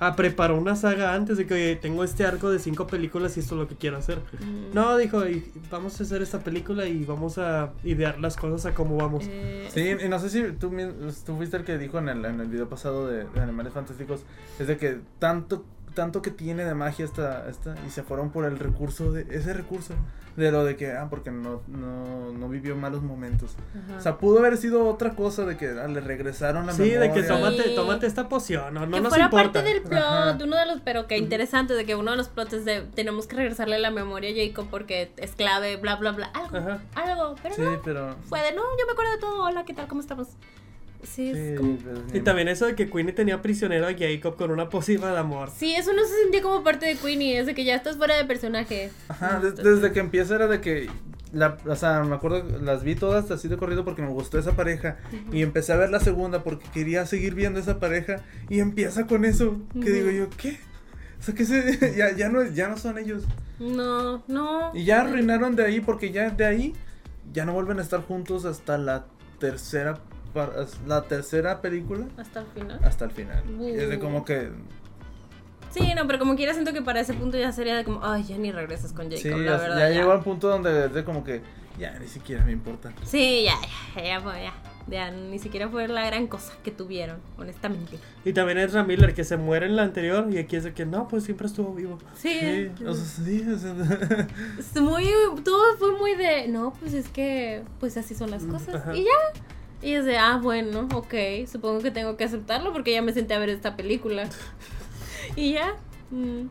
Speaker 2: ah, preparó una saga antes de que oye, tengo este arco de cinco películas y esto es lo que quiero hacer.
Speaker 1: Mm.
Speaker 2: No, dijo, y vamos a hacer esta película y vamos a idear las cosas a cómo vamos.
Speaker 1: Eh,
Speaker 3: Sí, y no sé si tú, mi- tú fuiste el que dijo en el, en el video pasado de, de Animales Fantásticos, es de que tanto tanto que tiene de magia esta, esta y se fueron por el recurso, de ese recurso, de lo de que, ah, porque no, no, no vivió malos momentos.
Speaker 1: ajá.
Speaker 3: O sea, pudo haber sido otra cosa de que ah, le regresaron la
Speaker 2: Sí, de que
Speaker 3: memoria.
Speaker 2: tómate,
Speaker 1: Sí.
Speaker 2: tómate esta poción, no, no
Speaker 1: que
Speaker 2: nos
Speaker 1: fuera
Speaker 2: importa.
Speaker 1: parte del plot,
Speaker 3: Ajá.
Speaker 1: uno de los, pero que interesante, de que uno de los plots es de tenemos que regresarle la memoria a Jacob porque es clave, bla, bla, bla, algo,
Speaker 2: Ajá.
Speaker 1: algo, pero
Speaker 3: Sí,
Speaker 1: no,
Speaker 3: pero...
Speaker 1: fue de, no, yo me acuerdo de todo, hola, ¿qué tal, cómo estamos? Sí,
Speaker 3: sí,
Speaker 1: es como...
Speaker 3: pues, ni-
Speaker 2: Y también eso de que Queenie tenía prisionero a Jacob con una pócima de amor.
Speaker 1: Sí, eso no se sentía como parte de Queenie, es de que ya estás fuera de personaje.
Speaker 3: Ajá, des- desde que empieza era de que la- o sea, me acuerdo, las vi todas así de corrido porque me gustó esa pareja. Y empecé a ver la segunda porque quería seguir viendo esa pareja. Y empieza con eso. Que
Speaker 1: Ujú.
Speaker 3: digo yo, ¿qué? O sea, que se- ya, ya, no, es- ya no son ellos.
Speaker 1: No, no.
Speaker 3: Y ya arruinaron de ahí porque ya de ahí ya no vuelven a estar juntos hasta la tercera, par- la tercera película.
Speaker 1: Hasta el final.
Speaker 3: Hasta el final. Y Es de
Speaker 1: Uh.
Speaker 3: como que
Speaker 1: Sí, no, pero como quiera siento que para ese punto ya sería de como, ay, ya ni regresas con Jacob,
Speaker 3: Sí,
Speaker 1: la
Speaker 3: ya,
Speaker 1: verdad.
Speaker 3: ya
Speaker 1: ya".
Speaker 3: llegó a un punto donde es de como que ya ni siquiera me importa.
Speaker 1: Sí, ya, ya, ya, fue, ya, ya, ni siquiera fue la gran cosa que tuvieron, honestamente.
Speaker 2: Y también es Miller que se muere en la anterior y aquí es de que no, pues siempre estuvo vivo.
Speaker 1: Sí,
Speaker 3: Sí, eh, o sea, sí, o sea,
Speaker 1: es muy, todo fue muy de, no, pues es que, pues así son las
Speaker 2: Mm,
Speaker 1: cosas,
Speaker 2: ajá.
Speaker 1: y ya. Y es de, ah, bueno, ok, supongo que tengo que aceptarlo porque ya me senté a ver esta película. y ya, mm,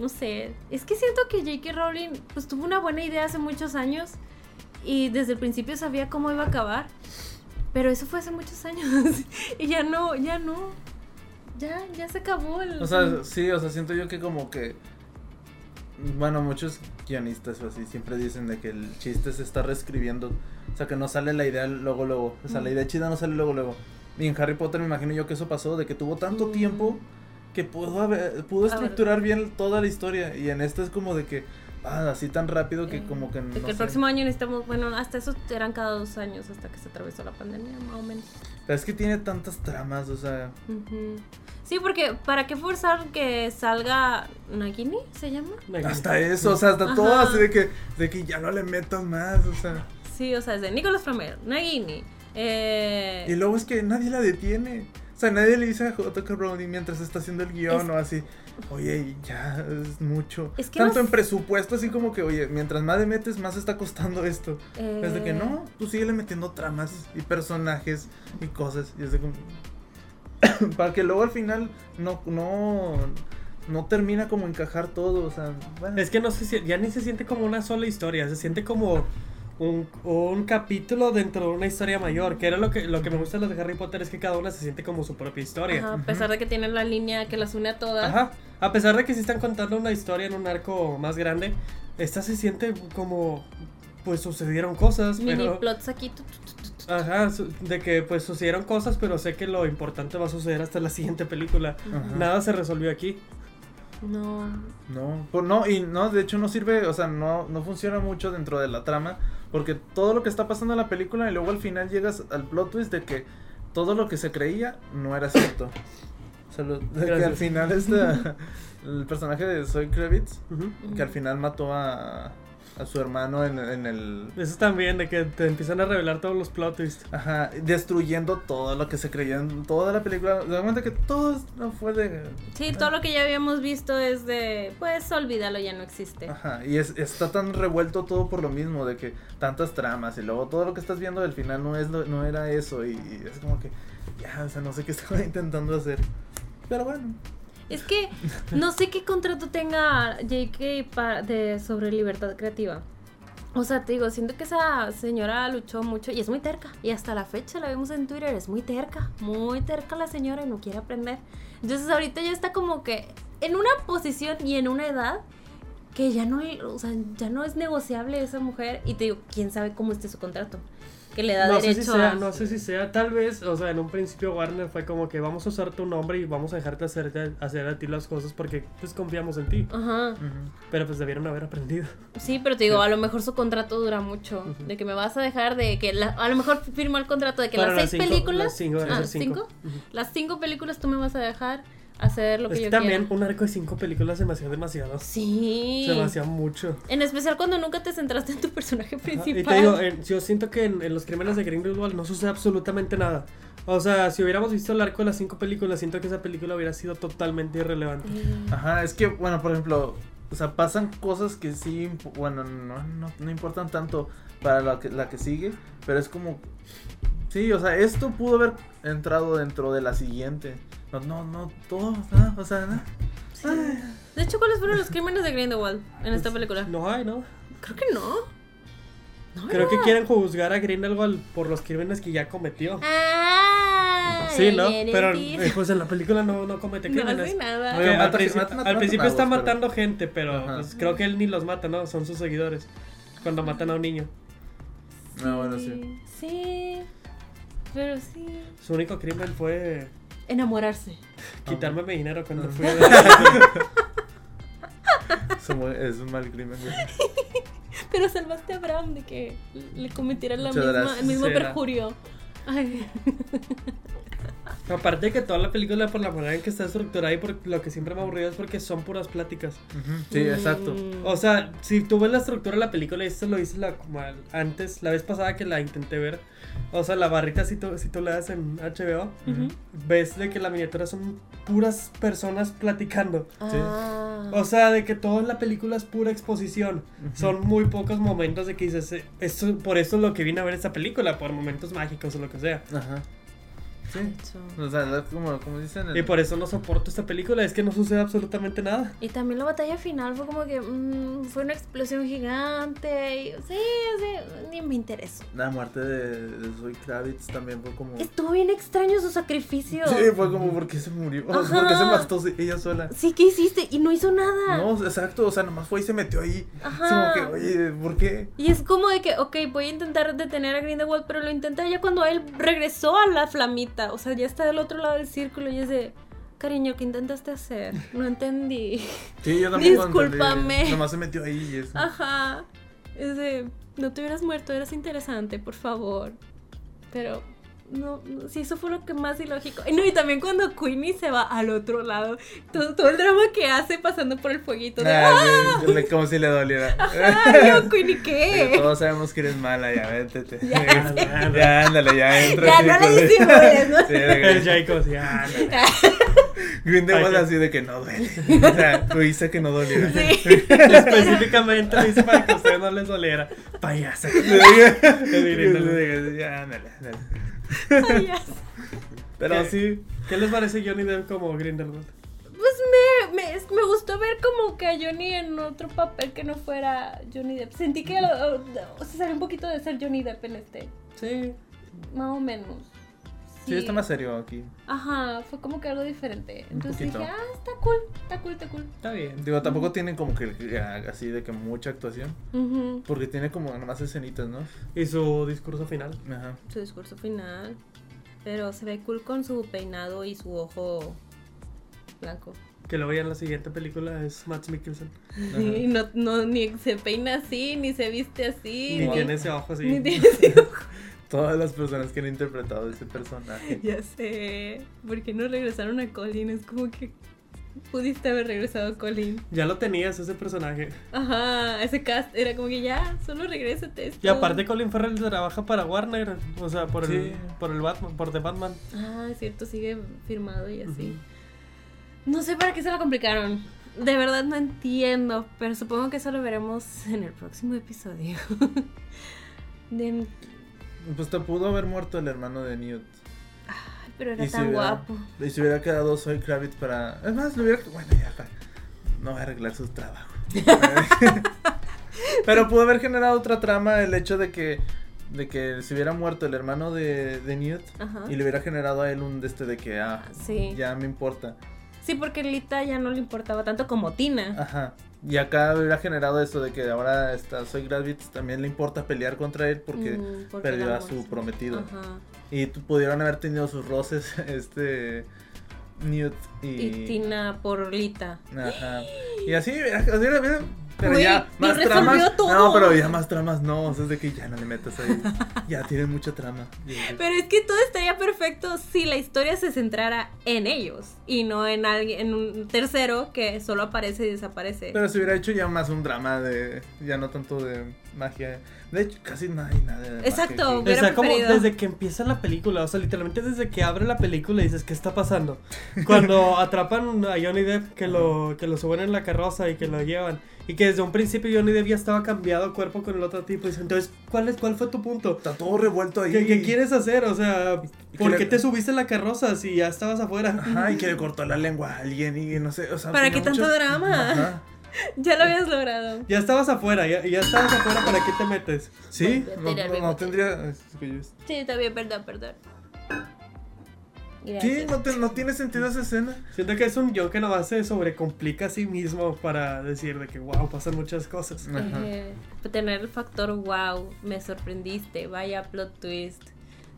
Speaker 1: no sé, es que siento que J.K. Rowling, pues tuvo una buena idea hace muchos años y desde el principio sabía cómo iba a acabar. Pero eso fue hace muchos años y ya no, ya no. Ya, ya se acabó el...
Speaker 3: o sea, sí, o sea, siento yo que como que bueno, muchos guionistas o así siempre dicen de que el chiste se está reescribiendo, o sea, que no sale la idea luego luego, o sea, la
Speaker 1: Mm.
Speaker 3: idea chida no sale luego luego. Y en Harry Potter me imagino yo que eso pasó de que tuvo tanto
Speaker 1: Mm.
Speaker 3: tiempo que pudo haber- pudo
Speaker 1: A ver.
Speaker 3: estructurar bien toda la historia y en esta es como de que ah, así tan rápido que
Speaker 1: Eh,
Speaker 3: como que no
Speaker 1: Porque el
Speaker 3: sé.
Speaker 1: próximo año necesitamos, bueno, hasta eso eran cada dos años hasta que se atravesó la pandemia, más o menos.
Speaker 3: Pero es que tiene tantas tramas, o sea,
Speaker 1: Ujú. Sí, porque ¿para qué forzar que salga Nagini? ¿Se llama?
Speaker 3: hasta eso, o sea, hasta todo
Speaker 1: Ajá.
Speaker 3: así de que, de que ya no le metas más, o sea.
Speaker 1: Sí, o sea, es de Nicolas Flamel, Nagini. eh,
Speaker 3: Y luego es que nadie la detiene. O sea, nadie le dice a J.K. Rowling mientras está haciendo el guión
Speaker 1: Es-
Speaker 3: o así, oye, ya es mucho.
Speaker 1: Es que
Speaker 3: Tanto
Speaker 1: no-
Speaker 3: en presupuesto, así como que, oye, mientras más le metes, más está costando esto.
Speaker 1: eh,
Speaker 3: Es pues de que no, tú sigue metiendo tramas y personajes y cosas. Y es de como. Para que luego al final no, no, no termina como encajar todo. O sea, bueno.
Speaker 2: Es que no se, sien- ya ni se siente como una sola historia, se siente como un, un capítulo dentro de una historia mayor, que era lo que, lo que me gusta de los de Harry Potter, es que cada una se siente como su propia historia.
Speaker 1: ajá, a pesar de que tienen la línea que las une a todas.
Speaker 2: Ajá. A pesar de que sí están contando una historia en un arco más grande, esta se siente como pues sucedieron cosas,
Speaker 1: Mini
Speaker 2: pero
Speaker 1: plots aquí. tu, tu, tu, tu, tu.
Speaker 2: ajá, su- de que pues sucedieron cosas, pero sé que lo importante va a suceder hasta la siguiente película.
Speaker 3: Ajá.
Speaker 2: Nada se resolvió aquí.
Speaker 1: No.
Speaker 3: No, pues no, y no, de hecho no sirve, o sea, no, no funciona mucho dentro de la trama, porque todo lo que está pasando en la película y luego al final llegas al plot twist de que todo lo que se creía no era cierto. O sea, lo- de que al
Speaker 2: Gracias.
Speaker 3: final este, el personaje de Soy Kravitz,
Speaker 2: Ujú.
Speaker 3: que al final mató a, a su hermano en, en el...
Speaker 2: Eso también, de que te empiezan a revelar todos los plot twists.
Speaker 3: Ajá, destruyendo todo lo que se creía en toda la película. Se da cuenta que todo no fue de...
Speaker 1: Sí, todo lo que ya habíamos visto es de, pues olvídalo, ya no existe.
Speaker 3: Ajá, y es, está tan revuelto todo por lo mismo, de que tantas tramas y luego todo lo que estás viendo al final no es lo- no era eso y, y es como que, ya, o sea, no sé qué estaba intentando hacer. Pero bueno,
Speaker 1: Es que no sé qué contrato tenga JK pa- de, sobre libertad creativa. O sea, te digo, siento que esa señora luchó mucho y es muy terca. Y hasta la fecha la vemos en Twitter, es muy terca, muy terca la señora y no quiere aprender. Entonces ahorita ya está como que en una posición y en una edad que ya no, o sea, ya no es negociable esa mujer. Y te digo, quién sabe cómo esté su contrato. Que le da
Speaker 2: No sé,
Speaker 1: derecho
Speaker 2: si
Speaker 1: a...
Speaker 2: sea, no sé si sea, tal vez, o sea, en un principio Warner fue como que vamos a usar tu nombre y vamos a dejarte hacer, hacer a ti las cosas porque pues confiamos en ti.
Speaker 1: Ajá.
Speaker 2: Pero pues debieron haber aprendido.
Speaker 1: Sí, pero te digo, a lo mejor su contrato dura mucho.
Speaker 2: Ujú.
Speaker 1: De que me vas a dejar de que. la- a lo mejor firmó el contrato de que
Speaker 2: Para
Speaker 1: las seis
Speaker 2: cinco-
Speaker 1: películas.
Speaker 2: Las cinco,
Speaker 1: ah,
Speaker 2: esas cinco.
Speaker 1: cinco.
Speaker 2: Ujú.
Speaker 1: Las cinco películas tú me vas a dejar hacer lo que
Speaker 2: Es que
Speaker 1: yo
Speaker 2: también
Speaker 1: quiera.
Speaker 2: un arco de cinco películas se me hacía demasiado.
Speaker 1: Sí.
Speaker 2: Se me hacía mucho.
Speaker 1: En especial cuando nunca te centraste en tu personaje
Speaker 2: Ajá, Y
Speaker 1: principal.
Speaker 2: te digo, eh, en- yo siento que en, en los crímenes de Grindelwald no sucede absolutamente nada. O sea, si hubiéramos visto el arco de las cinco películas, siento que esa película hubiera sido totalmente irrelevante.
Speaker 1: Mm.
Speaker 3: ajá, es que, bueno, por ejemplo, o sea, pasan cosas que sí, imp- bueno, no, no, no importan tanto para la que, la que sigue, pero es como, sí, o sea, esto pudo haber entrado dentro de la siguiente. No, no, no, todo, nada, o sea, nada.
Speaker 1: Sí. De hecho, ¿cuáles fueron los crímenes de Grindelwald en esta película?
Speaker 2: Ah, pues, No hay, ¿no?
Speaker 1: Creo que no. No,
Speaker 2: Creo que
Speaker 1: no.
Speaker 2: quieren juzgar a Grindelwald por los crímenes que ya cometió.
Speaker 1: Ah,
Speaker 2: Sí, ¿no?
Speaker 1: eres
Speaker 2: Pero
Speaker 1: ti.
Speaker 2: eh, pues en la película no, no comete
Speaker 1: No
Speaker 2: crímenes.
Speaker 1: hace nada.
Speaker 2: Que
Speaker 3: Bueno,
Speaker 2: al,
Speaker 3: mata-
Speaker 2: princi-
Speaker 3: mata-
Speaker 2: al
Speaker 3: mata
Speaker 2: principio
Speaker 3: magos,
Speaker 2: está
Speaker 3: pero-
Speaker 2: matando gente, pero
Speaker 3: Ajá.
Speaker 2: pues, creo que él ni los mata, ¿no? Son sus seguidores. Cuando matan a un niño.
Speaker 1: Sí.
Speaker 3: Ah, bueno, sí.
Speaker 1: Sí. Pero sí.
Speaker 2: Su único crimen fue
Speaker 1: Enamorarse.
Speaker 2: quitarme
Speaker 3: Ah.
Speaker 2: mi dinero cuando fui a
Speaker 3: Es un, buen- es un mal crimen, güey.
Speaker 1: Pero salvaste a Bram de que le cometiera la
Speaker 3: Muchas
Speaker 1: misma,
Speaker 3: gracias,
Speaker 1: el mismo
Speaker 2: Sera.
Speaker 1: perjurio. Ay.
Speaker 2: Aparte que toda la película por la manera en que está estructurada y por lo que siempre me ha aburrido es porque son puras pláticas.
Speaker 3: Sí, exacto. Oh,
Speaker 1: Mm.
Speaker 2: O sea, si tú ves la estructura de la película, y esto lo hice la, como al- antes, la vez pasada que la intenté ver, o sea, la barrita si tú, si tú le das en HBO,
Speaker 1: Ujú.
Speaker 2: ves de que la miniatura son puras personas platicando.
Speaker 1: Ah.
Speaker 3: Oh,
Speaker 2: O sea, de que toda la película es pura exposición. Son muy pocos momentos de que dices, "Eh, esto, por eso es lo que vine a ver esta película, por momentos mágicos o lo que sea.
Speaker 3: Ajá. Sí.
Speaker 1: Eso.
Speaker 3: O sea, la- como, como dicen. el-
Speaker 2: Y por eso no soporto esta película, es que no sucede absolutamente nada.
Speaker 1: Y también la batalla final fue como que mm, fue una explosión gigante. Y, sí, sí, ni me interesó.
Speaker 3: La muerte de, de Zoe Kravitz también fue como.
Speaker 1: Estuvo bien extraño su sacrificio.
Speaker 3: Mm. Sí, pues. fue como porque se murió.
Speaker 1: Ajá.
Speaker 3: Porque se mató si- ella sola.
Speaker 1: Sí, ¿qué hiciste? Y no hizo nada.
Speaker 3: No, exacto. O sea, nomás fue y se metió ahí.
Speaker 1: Ajá.
Speaker 3: Es Como que, oye, ¿por qué?
Speaker 1: Y es como de que, ok, voy a intentar detener a Grindelwald, pero lo intenté ya cuando él regresó a la flamita. O sea, ya está del otro lado del círculo y es de, cariño, ¿qué intentaste hacer? No entendí.
Speaker 3: Sí, yo también
Speaker 1: Discúlpame. Ah,
Speaker 3: Nomás se metió ahí y eso.
Speaker 1: Ajá. Es de, no te hubieras muerto, eras interesante, por favor. Pero, no, no, sí, eso fue lo que más ilógico. Y No, y también cuando Queenie se va al otro lado, todo, todo el drama que hace pasando por el fueguito. De,
Speaker 3: Ah, güey, le- como si le doliera.
Speaker 1: ¡Ay, yo, Queenie,
Speaker 3: Eh,
Speaker 1: ¿qué?
Speaker 3: Todos sabemos que eres mala, ya véntete.
Speaker 1: Ya
Speaker 3: Ya, ándale, ya entra.
Speaker 1: Ya,
Speaker 3: así
Speaker 1: no
Speaker 3: con-
Speaker 1: le disimules, ¿no?
Speaker 3: Sí, de que-
Speaker 2: El Jacob, sí, ah, no.
Speaker 3: Grindelwald
Speaker 2: Ay, qué-
Speaker 3: así de que no duele. O sea, tú hice que no doliera.
Speaker 1: Sí.
Speaker 2: Específicamente lo hice para que a usted no les doliera. Payasa.
Speaker 3: Le dije-
Speaker 2: Te diré, no, no.
Speaker 3: le dije, ya, ándale, ándale.
Speaker 1: Ay, ya sé.
Speaker 3: Pero
Speaker 2: ¿Qué?
Speaker 3: sí,
Speaker 2: ¿Qué les parece Johnny Depp como Grindelwald?
Speaker 1: Pues me, me, es- me gustó ver como que a Johnny en otro papel que no fuera Johnny Depp. Sentí que lo- o- o se salió un poquito de ser Johnny Depp en este,
Speaker 2: Sí.
Speaker 1: más o menos.
Speaker 3: sí, está más serio aquí.
Speaker 1: Ajá, fue como que algo diferente.
Speaker 3: Un
Speaker 1: Entonces
Speaker 3: poquito.
Speaker 1: dije, ah, está cool, está cool, está cool.
Speaker 2: Está bien.
Speaker 3: Digo, tampoco tienen como que ah, así de que mucha actuación. Porque tiene como nomás escenitas, ¿no?
Speaker 2: ¿Y su discurso final?
Speaker 3: Ajá.
Speaker 1: Su discurso final. Pero se ve cool con su peinado y su ojo blanco.
Speaker 2: Que lo vean en la siguiente película es Matt Mikkelsen.
Speaker 3: Ajá.
Speaker 1: Y no, no, ni se peina así, ni se viste así.
Speaker 2: Ni
Speaker 3: Wow.
Speaker 2: tiene ese ojo así.
Speaker 1: ni tiene ese ojo.
Speaker 3: Todas las personas que han interpretado ese personaje.
Speaker 1: Ya sé, ¿por qué no regresaron a Colin? Es como que pudiste haber regresado a Colin.
Speaker 2: Ya lo tenías ese personaje.
Speaker 1: Ajá, ese cast era como que ya, solo regrésate. es
Speaker 2: Y aparte
Speaker 1: todo.
Speaker 2: Colin Farrell trabaja para Warner, o sea, por el
Speaker 3: Sí.
Speaker 2: por el Batman, por The Batman.
Speaker 1: Ah, es cierto, sigue firmado y así.
Speaker 2: Ujú.
Speaker 1: No sé para qué se lo complicaron. De verdad no entiendo, pero supongo que eso lo veremos en el próximo episodio. De-
Speaker 3: Pues te pudo haber muerto el hermano de Newt.
Speaker 1: Ay, pero era
Speaker 3: Y se
Speaker 1: tan
Speaker 3: hubiera-
Speaker 1: guapo.
Speaker 3: Y se hubiera quedado Soy Kravitz para. Es más, le hubiera. Bueno, ya pa- No va a arreglar su trabajo. Pero pudo haber generado otra trama el hecho de que. De que se hubiera muerto el hermano de, de Newt.
Speaker 1: Ajá.
Speaker 3: Y le hubiera generado a él un de este de que. Ah,
Speaker 1: Sí.
Speaker 3: ya me importa.
Speaker 1: Sí, porque Lita ya no le importaba tanto como Tina.
Speaker 3: Ajá. Y acá hubiera generado eso de que ahora está Soy Kravitz. También le importa pelear contra él porque.
Speaker 1: Mm, porque el
Speaker 3: Perdió a
Speaker 1: amor
Speaker 3: su
Speaker 1: sí.
Speaker 3: prometido.
Speaker 1: Ajá.
Speaker 3: Y tú- pudieron haber tenido sus roces, este. Newt y.
Speaker 1: Y Tina por Lita.
Speaker 3: Ajá. Y así, así era, mira, Pero
Speaker 1: Güey,
Speaker 3: ya,
Speaker 1: lo
Speaker 3: más
Speaker 1: resolvió
Speaker 3: tramas.
Speaker 1: todo.
Speaker 3: No, pero ya más tramas no. O sea, es de que ya no le metas ahí. Ya tienen mucha trama.
Speaker 1: Pero es que todo estaría perfecto si la historia se centrara en ellos y no en alguien, en un tercero que solo aparece y desaparece.
Speaker 3: Pero se hubiera hecho ya más un drama de. Ya no tanto de magia. De hecho, casi no hay nada. de magia
Speaker 1: Exacto,
Speaker 3: aquí.
Speaker 2: O
Speaker 1: Hubiera
Speaker 2: sea, como
Speaker 1: preferido.
Speaker 2: desde que empieza la película, o sea, literalmente desde que abre la película dices, ¿qué está pasando? Cuando atrapan a Johnny Depp, que lo, que lo suben en la carroza y que lo llevan, y que desde un principio Johnny Depp ya estaba cambiado cuerpo con el otro tipo, dices, entonces, ¿cuál, es, ¿cuál fue tu punto?
Speaker 3: Está todo revuelto ahí.
Speaker 2: ¿Qué, qué quieres hacer? O sea,
Speaker 3: Y que
Speaker 2: ¿por
Speaker 3: le-
Speaker 2: qué te subiste en la carroza si ya estabas afuera?
Speaker 3: Ajá, y que le cortó la lengua a alguien y no sé. O sea,
Speaker 1: ¿Para
Speaker 3: tenía
Speaker 1: qué tanto drama?
Speaker 3: Ajá.
Speaker 1: Ya lo habías logrado.
Speaker 2: Ya estabas afuera, ya, ya estabas afuera, ¿para qué te metes?
Speaker 3: Sí,
Speaker 1: Volví a
Speaker 3: no,
Speaker 1: tirar
Speaker 3: no-
Speaker 1: mi
Speaker 3: no
Speaker 1: botella.
Speaker 3: tendría. es que yo-
Speaker 1: Sí, está bien, perdón, perdón.
Speaker 3: Sí,
Speaker 1: Gracias.
Speaker 3: no, te- no tiene sentido esa escena.
Speaker 2: Siento que es un guión que nomás se sobrecomplica a sí mismo para decir de que, wow, pasan muchas cosas.
Speaker 3: Ajá.
Speaker 1: Ejé. Tener el factor wow, me sorprendiste, vaya plot twist.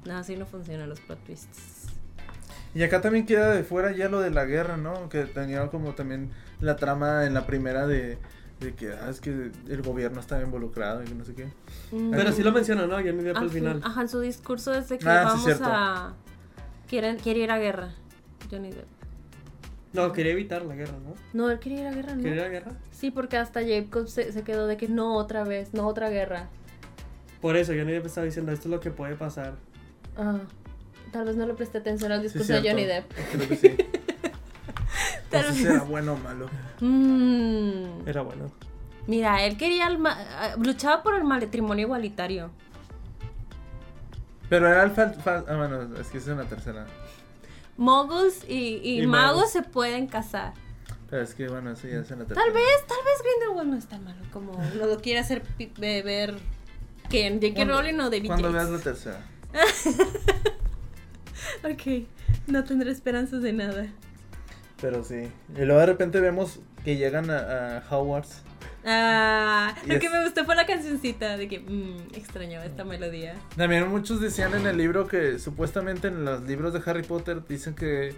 Speaker 1: No, así no funcionan los plot twists.
Speaker 3: Y acá también queda de fuera ya lo de la guerra, ¿no? Que tenía como también la trama en la primera de, de que, ah, es que el gobierno estaba involucrado y que no sé qué.
Speaker 1: Mm.
Speaker 2: Pero sí lo menciona, ¿no? Johnny Depp
Speaker 1: Al
Speaker 2: al
Speaker 1: fin-
Speaker 2: final.
Speaker 1: Ajá, en Ah, su discurso es de que
Speaker 3: Ah, sí,
Speaker 1: vamos
Speaker 3: cierto.
Speaker 1: a. Quieren, quiere ir a guerra. Johnny Depp.
Speaker 2: No, quería evitar la guerra, ¿no?
Speaker 1: No, él quiere ir a guerra, ¿no?
Speaker 2: ¿Quería ir a la guerra?
Speaker 1: Sí, porque hasta Jacob se, se quedó de que no otra vez, no otra guerra.
Speaker 2: Por eso Johnny Depp estaba diciendo, esto es lo que puede pasar.
Speaker 1: Ah, tal vez no le presté atención al
Speaker 3: Sí,
Speaker 1: discurso de
Speaker 3: cierto.
Speaker 1: Johnny Depp.
Speaker 3: Creo que sí. No
Speaker 1: Tal
Speaker 3: sé si
Speaker 1: vez.
Speaker 3: era bueno o malo.
Speaker 1: Mm.
Speaker 2: Era bueno.
Speaker 1: Mira, él quería el ma- ah, luchaba por el matrimonio igualitario.
Speaker 3: Pero era el fal- fal- Ah, bueno, es que esa es la tercera.
Speaker 1: Moguls y, y
Speaker 2: Y
Speaker 1: magos.
Speaker 2: magos.
Speaker 1: se pueden casar.
Speaker 3: Pero es que, bueno, eso ya es en la tercera.
Speaker 1: Tal vez, tal vez Grindelwald no es tan malo como lo lo quiere hacer pi- ve- ver que en J.K.
Speaker 3: Cuando-
Speaker 1: Rowling o David
Speaker 3: Cuando veas
Speaker 1: Yates.
Speaker 3: la tercera.
Speaker 1: Ok, no tendré esperanzas de nada.
Speaker 3: Pero sí. Y luego de repente vemos que llegan a, a Hogwarts.
Speaker 1: Ah, lo
Speaker 3: Yes.
Speaker 1: que me gustó fue la cancioncita de que mm, extrañaba esta melodía.
Speaker 3: También muchos decían en el libro que supuestamente en los libros de Harry Potter dicen que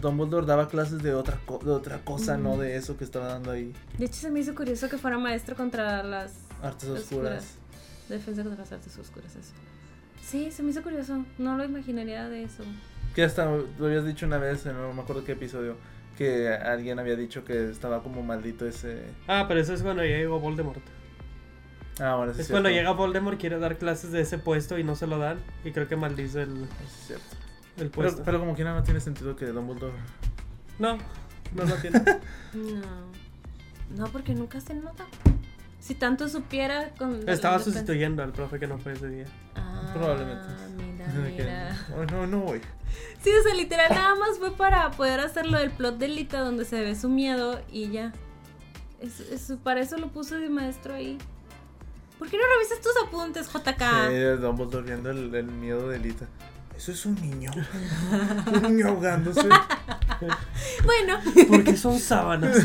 Speaker 3: Dumbledore daba clases de otra, co- de otra cosa, no de eso que estaba dando ahí.
Speaker 1: De hecho, se me hizo curioso que fuera maestro contra las
Speaker 3: Artes
Speaker 1: Oscuras.
Speaker 3: oscuras.
Speaker 1: defensas contra las artes oscuras. Eso. Sí, se me hizo curioso. No lo imaginaría de eso.
Speaker 3: Que hasta lo habías dicho una vez, no me acuerdo qué episodio, que alguien había dicho que estaba como maldito ese...
Speaker 2: Ah, pero eso es cuando ya llegó Voldemort.
Speaker 3: Ah, bueno,
Speaker 2: Es
Speaker 3: sí es
Speaker 2: cuando llega
Speaker 3: cierto.
Speaker 2: Voldemort, quiere dar clases de ese puesto y no se lo dan. Y creo que maldice el,
Speaker 3: Sí es cierto.
Speaker 2: el puesto.
Speaker 3: Pero, pero como quiera no tiene sentido que Dumbledore...
Speaker 2: No, no lo tiene.
Speaker 1: No. No, porque nunca se nota. Si tanto supiera con.
Speaker 2: Estaba
Speaker 1: lo que-
Speaker 2: sustituyendo al profe que no fue ese día.
Speaker 1: Ah,
Speaker 3: Probablemente.
Speaker 1: Mira,
Speaker 3: Que-
Speaker 1: mira.
Speaker 3: Oh, no, no voy.
Speaker 1: Sí, o sea, literal nada más fue para poder hacer lo del plot de Lita donde se ve su miedo y ya. Es, es- para eso lo puso de maestro ahí. ¿Por qué no revisas tus apuntes,
Speaker 3: Sí,
Speaker 1: JK?
Speaker 3: Dumbledore viendo el, el miedo de Lita. Eso es un niño. un niño ahogándose.
Speaker 1: Bueno,
Speaker 2: ¿Por qué son sábanas?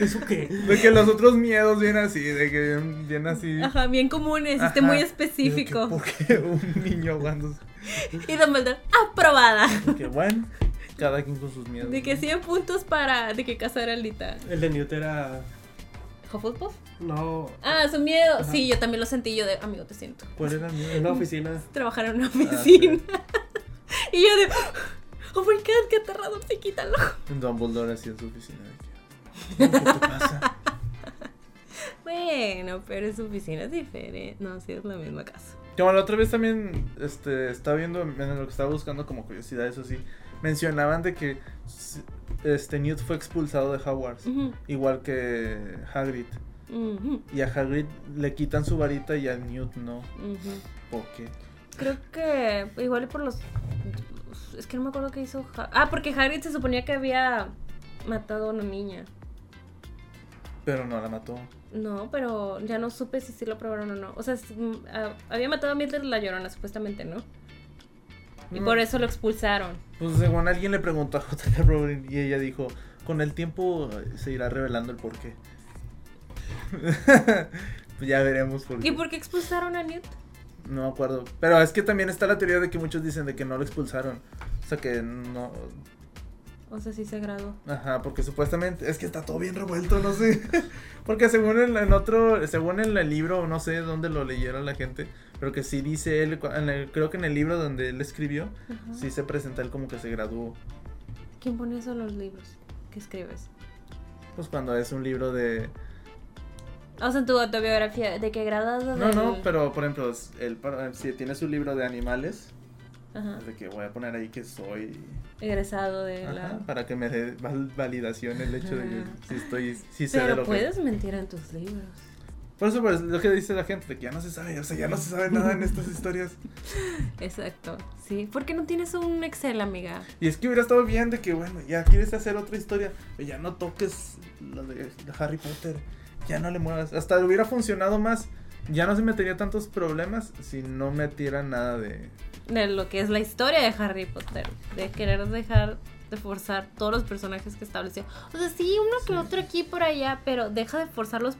Speaker 2: ¿Eso qué?
Speaker 3: De que los otros miedos vienen así, de que bien- bien así.
Speaker 1: ajá, bien comunes, este
Speaker 3: Ajá.
Speaker 1: muy
Speaker 3: Digo que,
Speaker 1: específico.
Speaker 3: ¿Por qué un niño ahogándose?
Speaker 1: Y Dumbledore, aprobada.
Speaker 3: Que bueno, cada quien con sus miedos.
Speaker 1: De que
Speaker 3: ¿no?
Speaker 1: 100 puntos para de que casar a Lita.
Speaker 2: El de Newt era.
Speaker 1: ¿Hufflepuff?
Speaker 2: No.
Speaker 1: Ah, su miedo.
Speaker 2: Ajá.
Speaker 1: Sí, yo también lo sentí yo de, amigo, te siento.
Speaker 3: ¿Cuál era
Speaker 2: Pues
Speaker 3: el
Speaker 2: En
Speaker 3: miedo?
Speaker 2: una oficina.
Speaker 1: Trabajar en una
Speaker 3: Ah,
Speaker 1: oficina. Y yo de, oh my god, qué aterrador, sí, quítalo.
Speaker 3: sí. Dumbledore así en su oficina. de que, ¿Qué te pasa?
Speaker 1: Bueno, pero su oficina es diferente. No, sí es la misma casa.
Speaker 3: Como la otra vez también este, estaba viendo, en lo que estaba buscando como curiosidad, eso sí, mencionaban de que s- este, Newt fue expulsado de Hogwarts,
Speaker 1: Ujú,
Speaker 3: igual que Hagrid.
Speaker 1: ujú,
Speaker 3: Y a Hagrid le quitan su varita y a Newt no.
Speaker 1: ujú.
Speaker 3: ¿Por qué?
Speaker 1: Creo que igual y por los... Es que no me acuerdo qué hizo... Ha- Ah, porque Hagrid se suponía que había matado a una niña.
Speaker 3: Pero no la mató.
Speaker 1: No, pero ya no supe si sí lo probaron o no. O sea, es- mm, ah, había matado a Mildred la Llorona, supuestamente, ¿no? Y
Speaker 3: Mm.
Speaker 1: por eso lo expulsaron.
Speaker 3: Pues según alguien le preguntó a J.K. Rowling y ella dijo, con el tiempo eh, se irá revelando el porqué. pues ya veremos por qué.
Speaker 1: ¿Y por qué expulsaron a Newt?
Speaker 3: No me acuerdo. Pero es que también está la teoría de que muchos dicen de que no lo expulsaron. O sea que no...
Speaker 1: O sea, sí se graduó.
Speaker 3: Ajá, porque supuestamente es que está todo bien revuelto, no sé. porque según el, en otro, según en el libro, no sé dónde lo leyeron la gente, pero que sí dice él, en el- creo que en el libro donde él escribió,
Speaker 1: Ajá.
Speaker 3: sí se presenta él como que se graduó.
Speaker 1: ¿Quién pone eso en los libros que escribes?
Speaker 3: Pues cuando es un libro de...
Speaker 1: O sea, en tu autobiografía, de que graduado
Speaker 3: No,
Speaker 1: del-
Speaker 3: no, pero por ejemplo, es- él para- si tiene su libro de animales,
Speaker 1: Ajá.
Speaker 3: es de que voy a poner ahí que soy...
Speaker 1: egresado de
Speaker 3: Ajá,
Speaker 1: la...
Speaker 3: para que me dé val- validación el hecho de que
Speaker 1: Ajá.
Speaker 3: si estoy... Si sé de
Speaker 1: Pero
Speaker 3: lo
Speaker 1: puedes
Speaker 3: que...
Speaker 1: mentir en tus libros.
Speaker 3: Por eso pues, lo que dice la gente, de que ya no se sabe, o sea, ya no se sabe nada en estas historias.
Speaker 1: Exacto, sí. Porque no tienes un Excel, amiga.
Speaker 3: Y es que hubiera estado bien de que, bueno, ya quieres hacer otra historia, pero ya no toques lo de Harry Potter, ya no le muevas. Hasta hubiera funcionado más, ya no se metería tantos problemas si no metiera nada de...
Speaker 1: de lo que es la historia de Harry Potter, de querer dejar de forzar todos los personajes que estableció. O sea, sí, uno que otro aquí por allá, pero deja de forzar los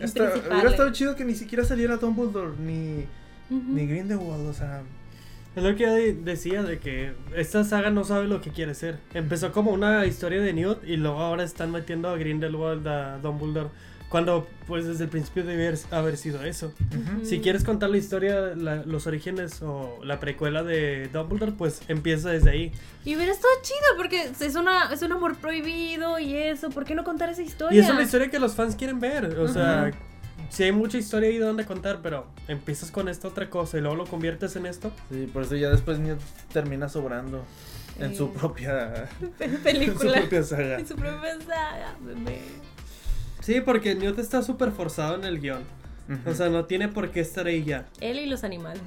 Speaker 3: Está- hubiera
Speaker 1: principales.
Speaker 3: estado chido que ni siquiera saliera Dumbledore ni,
Speaker 1: Ujú.
Speaker 3: ni Grindelwald, o sea.
Speaker 2: Es lo que de- decía de que esta saga no sabe lo que quiere ser. Empezó como una historia de Newt y luego ahora están metiendo a Grindelwald, a Dumbledore, cuando pues desde el principio debiera haber sido eso.
Speaker 1: Ujú.
Speaker 2: Si quieres contar la historia, la- los orígenes o la precuela de Dumbledore, pues empieza desde ahí.
Speaker 1: Y hubiera estado chido porque es, una, es un amor prohibido y eso. ¿Por qué no contar esa historia?
Speaker 2: Y es una historia que los fans quieren ver. O sea,
Speaker 3: Ujú.
Speaker 2: si hay mucha historia ahí donde contar, pero empiezas con esta otra cosa y luego lo conviertes en esto.
Speaker 3: Sí, por eso ya después Newt termina sobrando en
Speaker 1: Eh.
Speaker 3: su propia. en su
Speaker 1: película.
Speaker 3: propia saga.
Speaker 1: En su propia saga, bebé.
Speaker 2: Sí, porque Newt está súper forzado en el guión.
Speaker 3: Ujú.
Speaker 2: O sea, no tiene por qué estar ahí ya.
Speaker 1: Él y los animales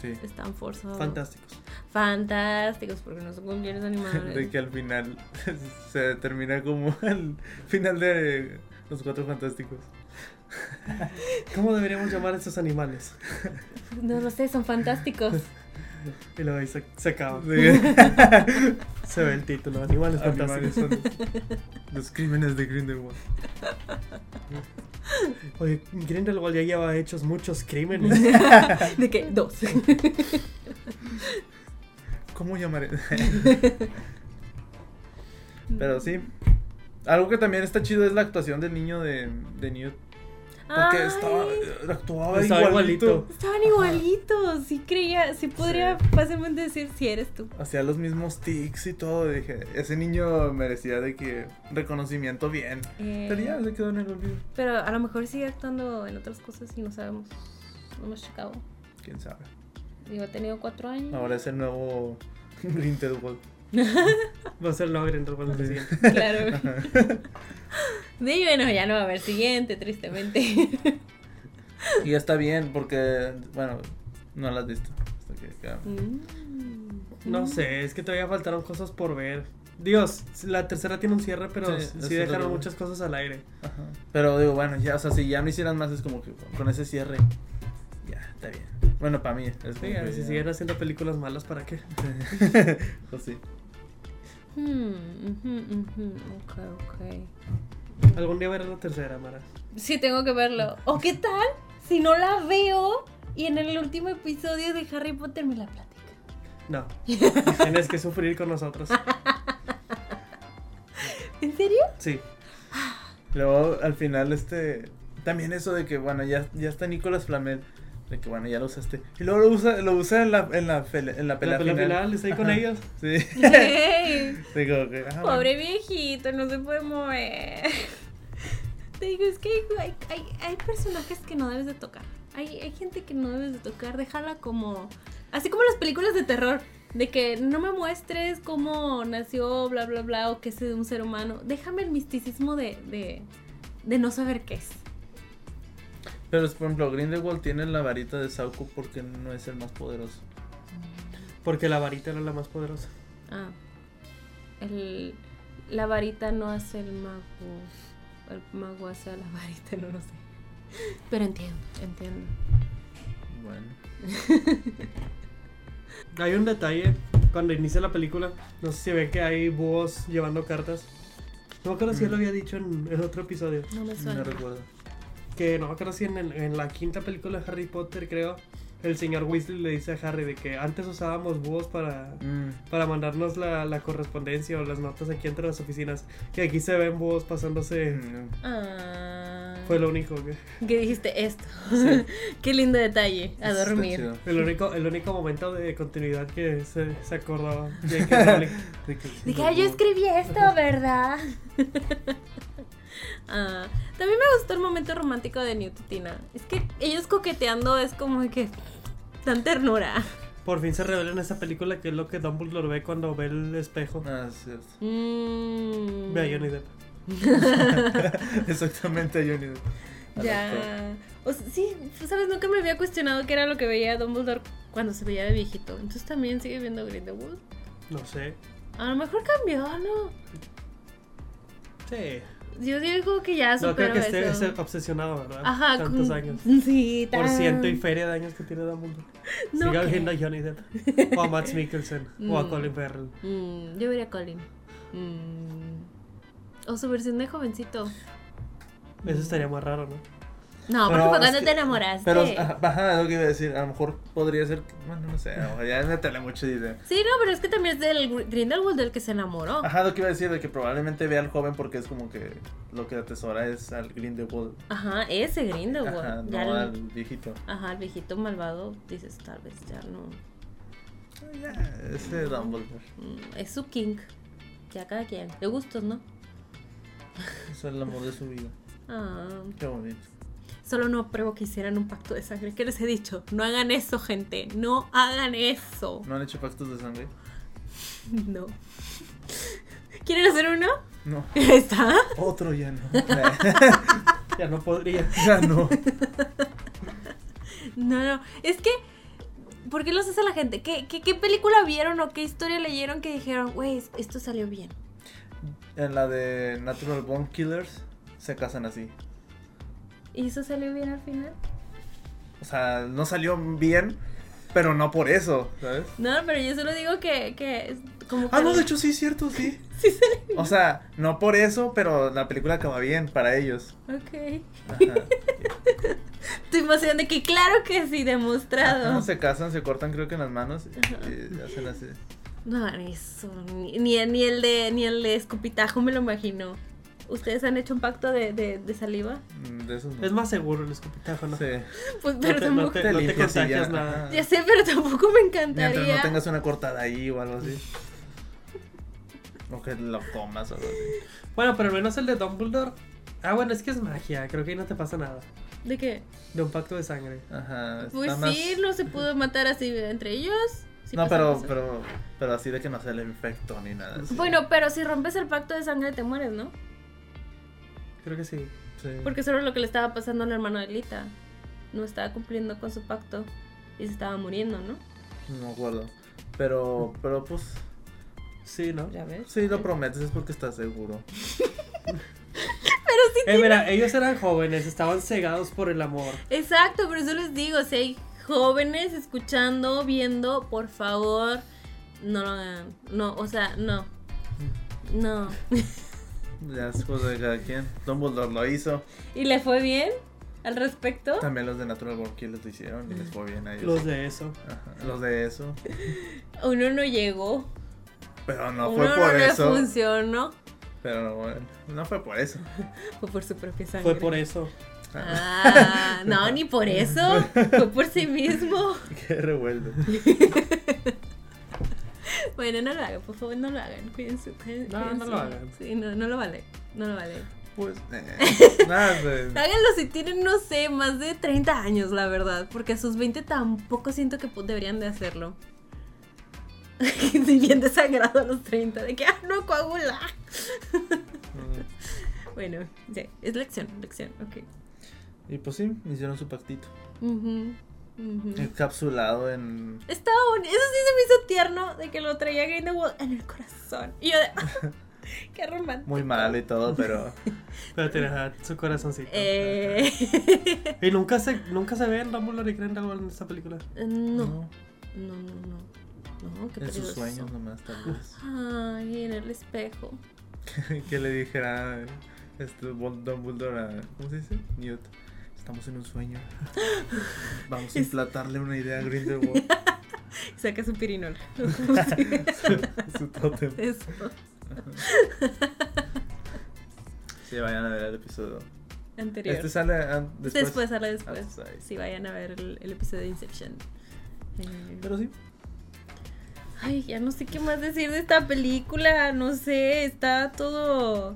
Speaker 3: sí.
Speaker 1: están forzados.
Speaker 2: Fantásticos.
Speaker 1: Fantásticos, porque no son cumpleaños animales.
Speaker 3: De que al final se termina como al final de Los Cuatro Fantásticos.
Speaker 2: ¿Cómo deberíamos llamar a estos animales?
Speaker 1: No lo sé, son fantásticos.
Speaker 2: Y luego ahí se, se acaba.
Speaker 3: De
Speaker 2: Se ve el título, animales
Speaker 3: Animales
Speaker 2: fantásticos.
Speaker 3: son los, los crímenes de Grindelwald.
Speaker 2: Oye, Grindelwald ya lleva hechos muchos crímenes.
Speaker 1: ¿De qué? Dos.
Speaker 3: ¿Cómo llamaré? Pero sí. Algo que también está chido es la actuación del niño de, de Newt. Porque
Speaker 1: Ay,
Speaker 3: estaba, actuaba
Speaker 2: Estaba
Speaker 3: igualito.
Speaker 2: igualito.
Speaker 1: Estaban igualitos. Sí creía, sí podría fácilmente decir si eres tú.
Speaker 3: Hacía los mismos tics y todo. y Dije, ese niño merecía de que reconocimiento bien.
Speaker 1: Eh,
Speaker 3: Pero ya se quedó en el olvido.
Speaker 1: Pero a lo mejor sigue actuando en otras cosas y no sabemos. No hemos checado.
Speaker 3: Quién sabe.
Speaker 1: Digo, ha tenido cuatro años.
Speaker 3: Ahora es el nuevo Grindelwald.
Speaker 2: Va a ser no Grindelwald en el siguiente.
Speaker 1: Claro. Sí, bueno, ya no va a haber siguiente, tristemente.
Speaker 3: Y está bien porque, bueno, no la has visto. Hasta que acá-
Speaker 1: Mm.
Speaker 3: Mm.
Speaker 2: No sé, es que todavía faltaron cosas por ver. Dios, la tercera tiene un cierre, pero
Speaker 3: Sí,
Speaker 2: sí,
Speaker 3: eso es lo
Speaker 2: dejaron
Speaker 3: que-
Speaker 2: muchas cosas al aire.
Speaker 3: Ajá. Pero digo, bueno, ya, o sea, si ya no hicieran más es como que con ese cierre. Ya, está bien. Bueno, para mí. Es como
Speaker 2: Sí,
Speaker 3: que
Speaker 2: si
Speaker 3: ya-
Speaker 2: siguieran haciendo películas malas, ¿para qué?
Speaker 3: pues sí.
Speaker 1: Hmm, ujú, ujú, ok, ok.
Speaker 2: Algún día veré la tercera, Mara.
Speaker 1: Sí, tengo que verlo. ¿O qué tal si no la veo y en el último episodio de Harry Potter me la platica?
Speaker 2: No. Tienes que sufrir con nosotros.
Speaker 1: ¿En serio?
Speaker 2: Sí.
Speaker 3: Luego, al final, este. También eso de que, bueno, ya, ya está Nicolás Flamel. De que, bueno, ya lo usaste. Y luego lo usa, lo usa en la, en la, fele- en la
Speaker 2: la pelea
Speaker 3: pelea final.
Speaker 2: final, está ahí con
Speaker 3: Ajá.
Speaker 2: ellos.
Speaker 3: Sí.
Speaker 1: Ey,
Speaker 3: Digo que, ah, bueno.
Speaker 1: Pobre viejito, no se puede mover. Te digo, es que hay, hay- hay personajes que no debes de tocar. Hay, hay gente que no debes de tocar. Déjala como. Así como las películas de terror. De que no me muestres cómo nació, bla, bla, bla, o que es un ser humano. Déjame el misticismo de, de, de no saber qué es.
Speaker 3: Pero, por ejemplo, Grindelwald tiene la varita de Sauco porque no es el más poderoso.
Speaker 2: Porque la varita era la más poderosa.
Speaker 1: Ah. El, la varita no hace el mago. El mago hace a la varita, no lo sé. Pero entiendo, entiendo.
Speaker 3: Bueno.
Speaker 2: Hay un detalle cuando inicia la película. No sé si ve que hay búhos llevando cartas. No me acuerdo si ya lo había dicho en el otro episodio.
Speaker 1: No me
Speaker 3: No
Speaker 1: suena.
Speaker 3: recuerdo.
Speaker 2: Que no me acuerdo si en, el- en la quinta película de Harry Potter, creo. El señor Weasley le dice a Harry de que antes usábamos búhos para,
Speaker 3: Mm.
Speaker 2: para mandarnos la, la correspondencia o las notas aquí entre las oficinas. Que aquí se ven búhos pasándose.
Speaker 3: Mm.
Speaker 1: Ah.
Speaker 2: Fue lo único que.
Speaker 1: que dijiste esto.
Speaker 2: Sí.
Speaker 1: Qué lindo detalle. A
Speaker 3: Eso está
Speaker 1: dormir.
Speaker 3: chido.
Speaker 2: El único, el único momento de continuidad que se, se acordaba J.K. Rowling.
Speaker 3: De que-
Speaker 1: Dije, "Ay, yo escribí esto, ¿verdad? Ah, también me gustó el momento romántico de Newt y Tina. Es que ellos coqueteando es como que tan ternura.
Speaker 2: Por fin se revela en esa película que es lo que Dumbledore ve cuando ve el espejo.
Speaker 3: Ah, es cierto.
Speaker 1: Mm.
Speaker 2: Ve a Johnny Depp.
Speaker 3: Exactamente, Johnny. Depp. Al actor.
Speaker 1: Ya. O sea, sí, sabes, nunca me había cuestionado qué era lo que veía Dumbledore cuando se veía de viejito. Entonces también sigue viendo Grindelwald.
Speaker 2: No sé.
Speaker 1: A lo mejor cambió, ¿no?
Speaker 2: Sí.
Speaker 1: Yo digo que ya
Speaker 2: No creo
Speaker 1: superó
Speaker 2: que
Speaker 3: este
Speaker 2: esté,
Speaker 1: eso.
Speaker 2: esté obsesionado, ¿verdad?
Speaker 1: Ajá,
Speaker 2: Tantos
Speaker 1: con-
Speaker 2: años.
Speaker 1: Sí,
Speaker 2: Por
Speaker 1: tan-
Speaker 2: ciento y feria de años que tiene Dumbledore.
Speaker 1: No,
Speaker 2: Siga
Speaker 1: que-
Speaker 2: viendo a Johnny Depp. O a Max Mikkelsen. O a
Speaker 1: Mm.
Speaker 2: Colin Farrell.
Speaker 1: Mm, yo vería Colin. Mm. O su versión de jovencito.
Speaker 2: Eso estaría más raro, ¿no?
Speaker 3: Mm.
Speaker 1: No, porque
Speaker 3: Pero
Speaker 1: fue
Speaker 3: es
Speaker 1: cuando
Speaker 3: que-
Speaker 1: te enamoraste.
Speaker 3: Pero, ajá, ajá, lo que iba a decir, a lo mejor podría ser, bueno, no sé, a lo mejor ya métele mucho dinero.
Speaker 1: Sí, no, pero es que también es del Gr- Grindelwald del que se enamoró.
Speaker 3: Ajá, lo que iba a decir, de que probablemente vea al joven porque es como que lo que atesora es al Grindelwald.
Speaker 1: Ajá, ese Grindelwald.
Speaker 3: Ajá,
Speaker 1: Ya
Speaker 3: no
Speaker 1: el-
Speaker 3: al viejito.
Speaker 1: Ajá, el viejito malvado, dices, tal vez ya no.
Speaker 3: Oh, Ya, ese Dumbledore.
Speaker 1: Mm, Es su king. Ya cada quien. De gustos, ¿no?
Speaker 3: Es el amor de su vida.
Speaker 1: Ah,
Speaker 3: Qué bonito.
Speaker 1: solo no apruebo que hicieran un pacto de sangre. ¿Qué les he dicho? No hagan eso, gente. No hagan eso.
Speaker 3: ¿No han hecho pactos de sangre?
Speaker 1: No. ¿Quieren hacer uno?
Speaker 3: No.
Speaker 1: Ahí está.
Speaker 3: Otro ya no.
Speaker 2: Ya no podría.
Speaker 3: ya no.
Speaker 1: No, no. Es que. ¿Por qué los hace la gente? ¿Qué, qué, qué película vieron o qué historia leyeron que dijeron, güey, es- esto salió bien?
Speaker 3: En la de Natural Born Killers se casan así.
Speaker 1: ¿Y eso salió bien al final?
Speaker 3: O sea, no salió bien, pero no por eso, ¿sabes?
Speaker 1: No, pero yo solo digo que. que es como
Speaker 3: Ah,
Speaker 1: que-
Speaker 3: no, de hecho sí, cierto, sí. O sea, no por eso, pero la película acaba bien para ellos.
Speaker 1: Ok.
Speaker 3: Ajá.
Speaker 1: Tu emoción de que claro que sí, demostrado.
Speaker 3: Ajá, Ah, se casan, se cortan creo que en las manos y hacen así.
Speaker 1: No, eso. Ni, ni, ni el de, ni el de escupitajo me lo imagino. ¿Ustedes han hecho un pacto de, de, de saliva?
Speaker 3: Mm, De esos no.
Speaker 2: Es más seguro el escupitajo, ¿no?
Speaker 3: Sí.
Speaker 1: Pues,
Speaker 2: No
Speaker 1: pero
Speaker 2: te, no
Speaker 1: tampoco.
Speaker 2: te, no te
Speaker 3: limpias y
Speaker 2: contagias
Speaker 3: ya,
Speaker 2: nada.
Speaker 3: ajá.
Speaker 1: Ya sé, pero tampoco me
Speaker 3: Mientras no
Speaker 1: encantaría.
Speaker 3: tengas una cortada ahí o algo así. O que lo comas o algo así.
Speaker 2: Bueno, pero al menos el de Dumbledore. Ah, bueno, es que es magia. Creo que ahí no te pasa nada.
Speaker 1: ¿De qué?
Speaker 2: De un pacto de sangre.
Speaker 3: Ajá.
Speaker 1: Pues
Speaker 3: Ah, está más-
Speaker 1: sí, no se pudo matar así entre ellos. Sí
Speaker 3: no,
Speaker 1: pasa
Speaker 3: pero,
Speaker 1: eso.
Speaker 3: pero, pero así de que no se le infectó ni nada. así.
Speaker 1: Bueno, pero si rompes el pacto de sangre te mueres, ¿no?
Speaker 2: Creo que sí.
Speaker 3: Sí.
Speaker 1: Porque eso era lo que le estaba pasando al hermano de Lita. No estaba cumpliendo con su pacto y se estaba muriendo, ¿no?
Speaker 3: No me acuerdo. Pero, pero pues,
Speaker 2: Sí, ¿no?
Speaker 1: Ya ves.
Speaker 3: si lo prometes es porque estás seguro.
Speaker 2: Eh, mira, ellos eran jóvenes, estaban cegados por el amor.
Speaker 1: Exacto, pero eso les digo, si hay jóvenes escuchando, viendo, por favor, no lo hagan. No, o sea, no. No.
Speaker 3: Ya es cosa de cada quien. Dumbledore lo hizo.
Speaker 1: ¿Y le fue bien al respecto?
Speaker 3: También los de Natural Born Killers lo hicieron y les fue bien a ellos.
Speaker 2: Los de eso.
Speaker 3: Ajá, los de eso.
Speaker 1: Uno no llegó.
Speaker 3: Pero no
Speaker 1: Uno
Speaker 3: fue por
Speaker 1: no le
Speaker 3: eso.
Speaker 1: funcionó.
Speaker 3: Pero no, bueno, no fue por eso.
Speaker 1: Fue por su propia sangre.
Speaker 2: Fue por eso.
Speaker 1: Ah, no, ni por eso. Fue por sí mismo.
Speaker 3: Qué revuelto.
Speaker 1: Bueno, no lo hagan, por favor, no lo hagan. Cuídense. cuídense.
Speaker 2: No, no lo hagan.
Speaker 1: Sí, no, no lo vale. No lo vale.
Speaker 3: Pues, eh, nada, pues,
Speaker 1: Háganlo si tienen, no sé, más de 30 años, la verdad. Porque a sus 20 tampoco siento que pu- deberían de hacerlo. Si bien desagrado a los 30, de que, ah, no coagula.
Speaker 3: mm,
Speaker 1: Bueno, sí, es lección, lección, ok.
Speaker 3: Y pues sí, hicieron su pactito.
Speaker 1: Ujú, ujú.
Speaker 3: Encapsulado en.
Speaker 1: Estaba un... Eso sí se me hizo tierno de que lo traía Grindelwald en el corazón. Y yo de... ¡Qué romántico!
Speaker 3: Muy mal y todo, pero.
Speaker 2: Pero tenía su corazoncito.
Speaker 1: Eh,
Speaker 2: Y nunca se, nunca se ven Dumbledore y Grindelwald en esta película.
Speaker 1: no, no, no, no. No, qué
Speaker 3: en
Speaker 1: peligroso.
Speaker 3: sus sueños nomás, tal vez.
Speaker 1: Ay, en el espejo.
Speaker 3: que le dijera este Vol- Dumbledore a ¿cómo se dice? Newt. Estamos en un sueño. Vamos a implantarle una idea a Grindelwald.
Speaker 1: Saca su pirinola.
Speaker 3: su, su tótem.
Speaker 1: Eso.
Speaker 3: Sí, vayan a ver el episodio.
Speaker 1: Anterior.
Speaker 3: Este sale an- después.
Speaker 1: después, ahora después.
Speaker 3: Ah, pues, ahí.
Speaker 1: Sí, vayan a ver el, el episodio de Inception. Eh,
Speaker 3: Pero sí.
Speaker 1: Ay, ya no sé qué más decir de esta película, no sé, está todo...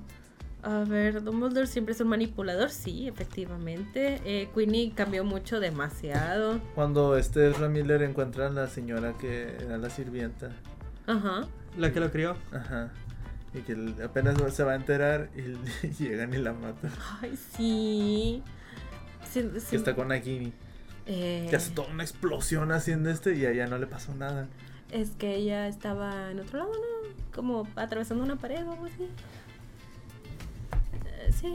Speaker 1: A ver, Dumbledore siempre es un manipulador, sí, efectivamente. Eh, Queenie cambió mucho, demasiado.
Speaker 3: Cuando este Ezra Miller encuentra a la señora que era la sirvienta.
Speaker 1: Ajá.
Speaker 2: La que lo crió.
Speaker 3: Ajá. Y que él apenas se va a enterar y le- llegan y la matan.
Speaker 1: Ay, sí. Sí, sí.
Speaker 3: Que está con Nagini.
Speaker 1: Eh,
Speaker 3: Que hace toda una explosión haciendo este y a ella no le pasó nada.
Speaker 1: es que ella estaba en otro lado, ¿no? Como atravesando una pared o algo así. Eh, Sí,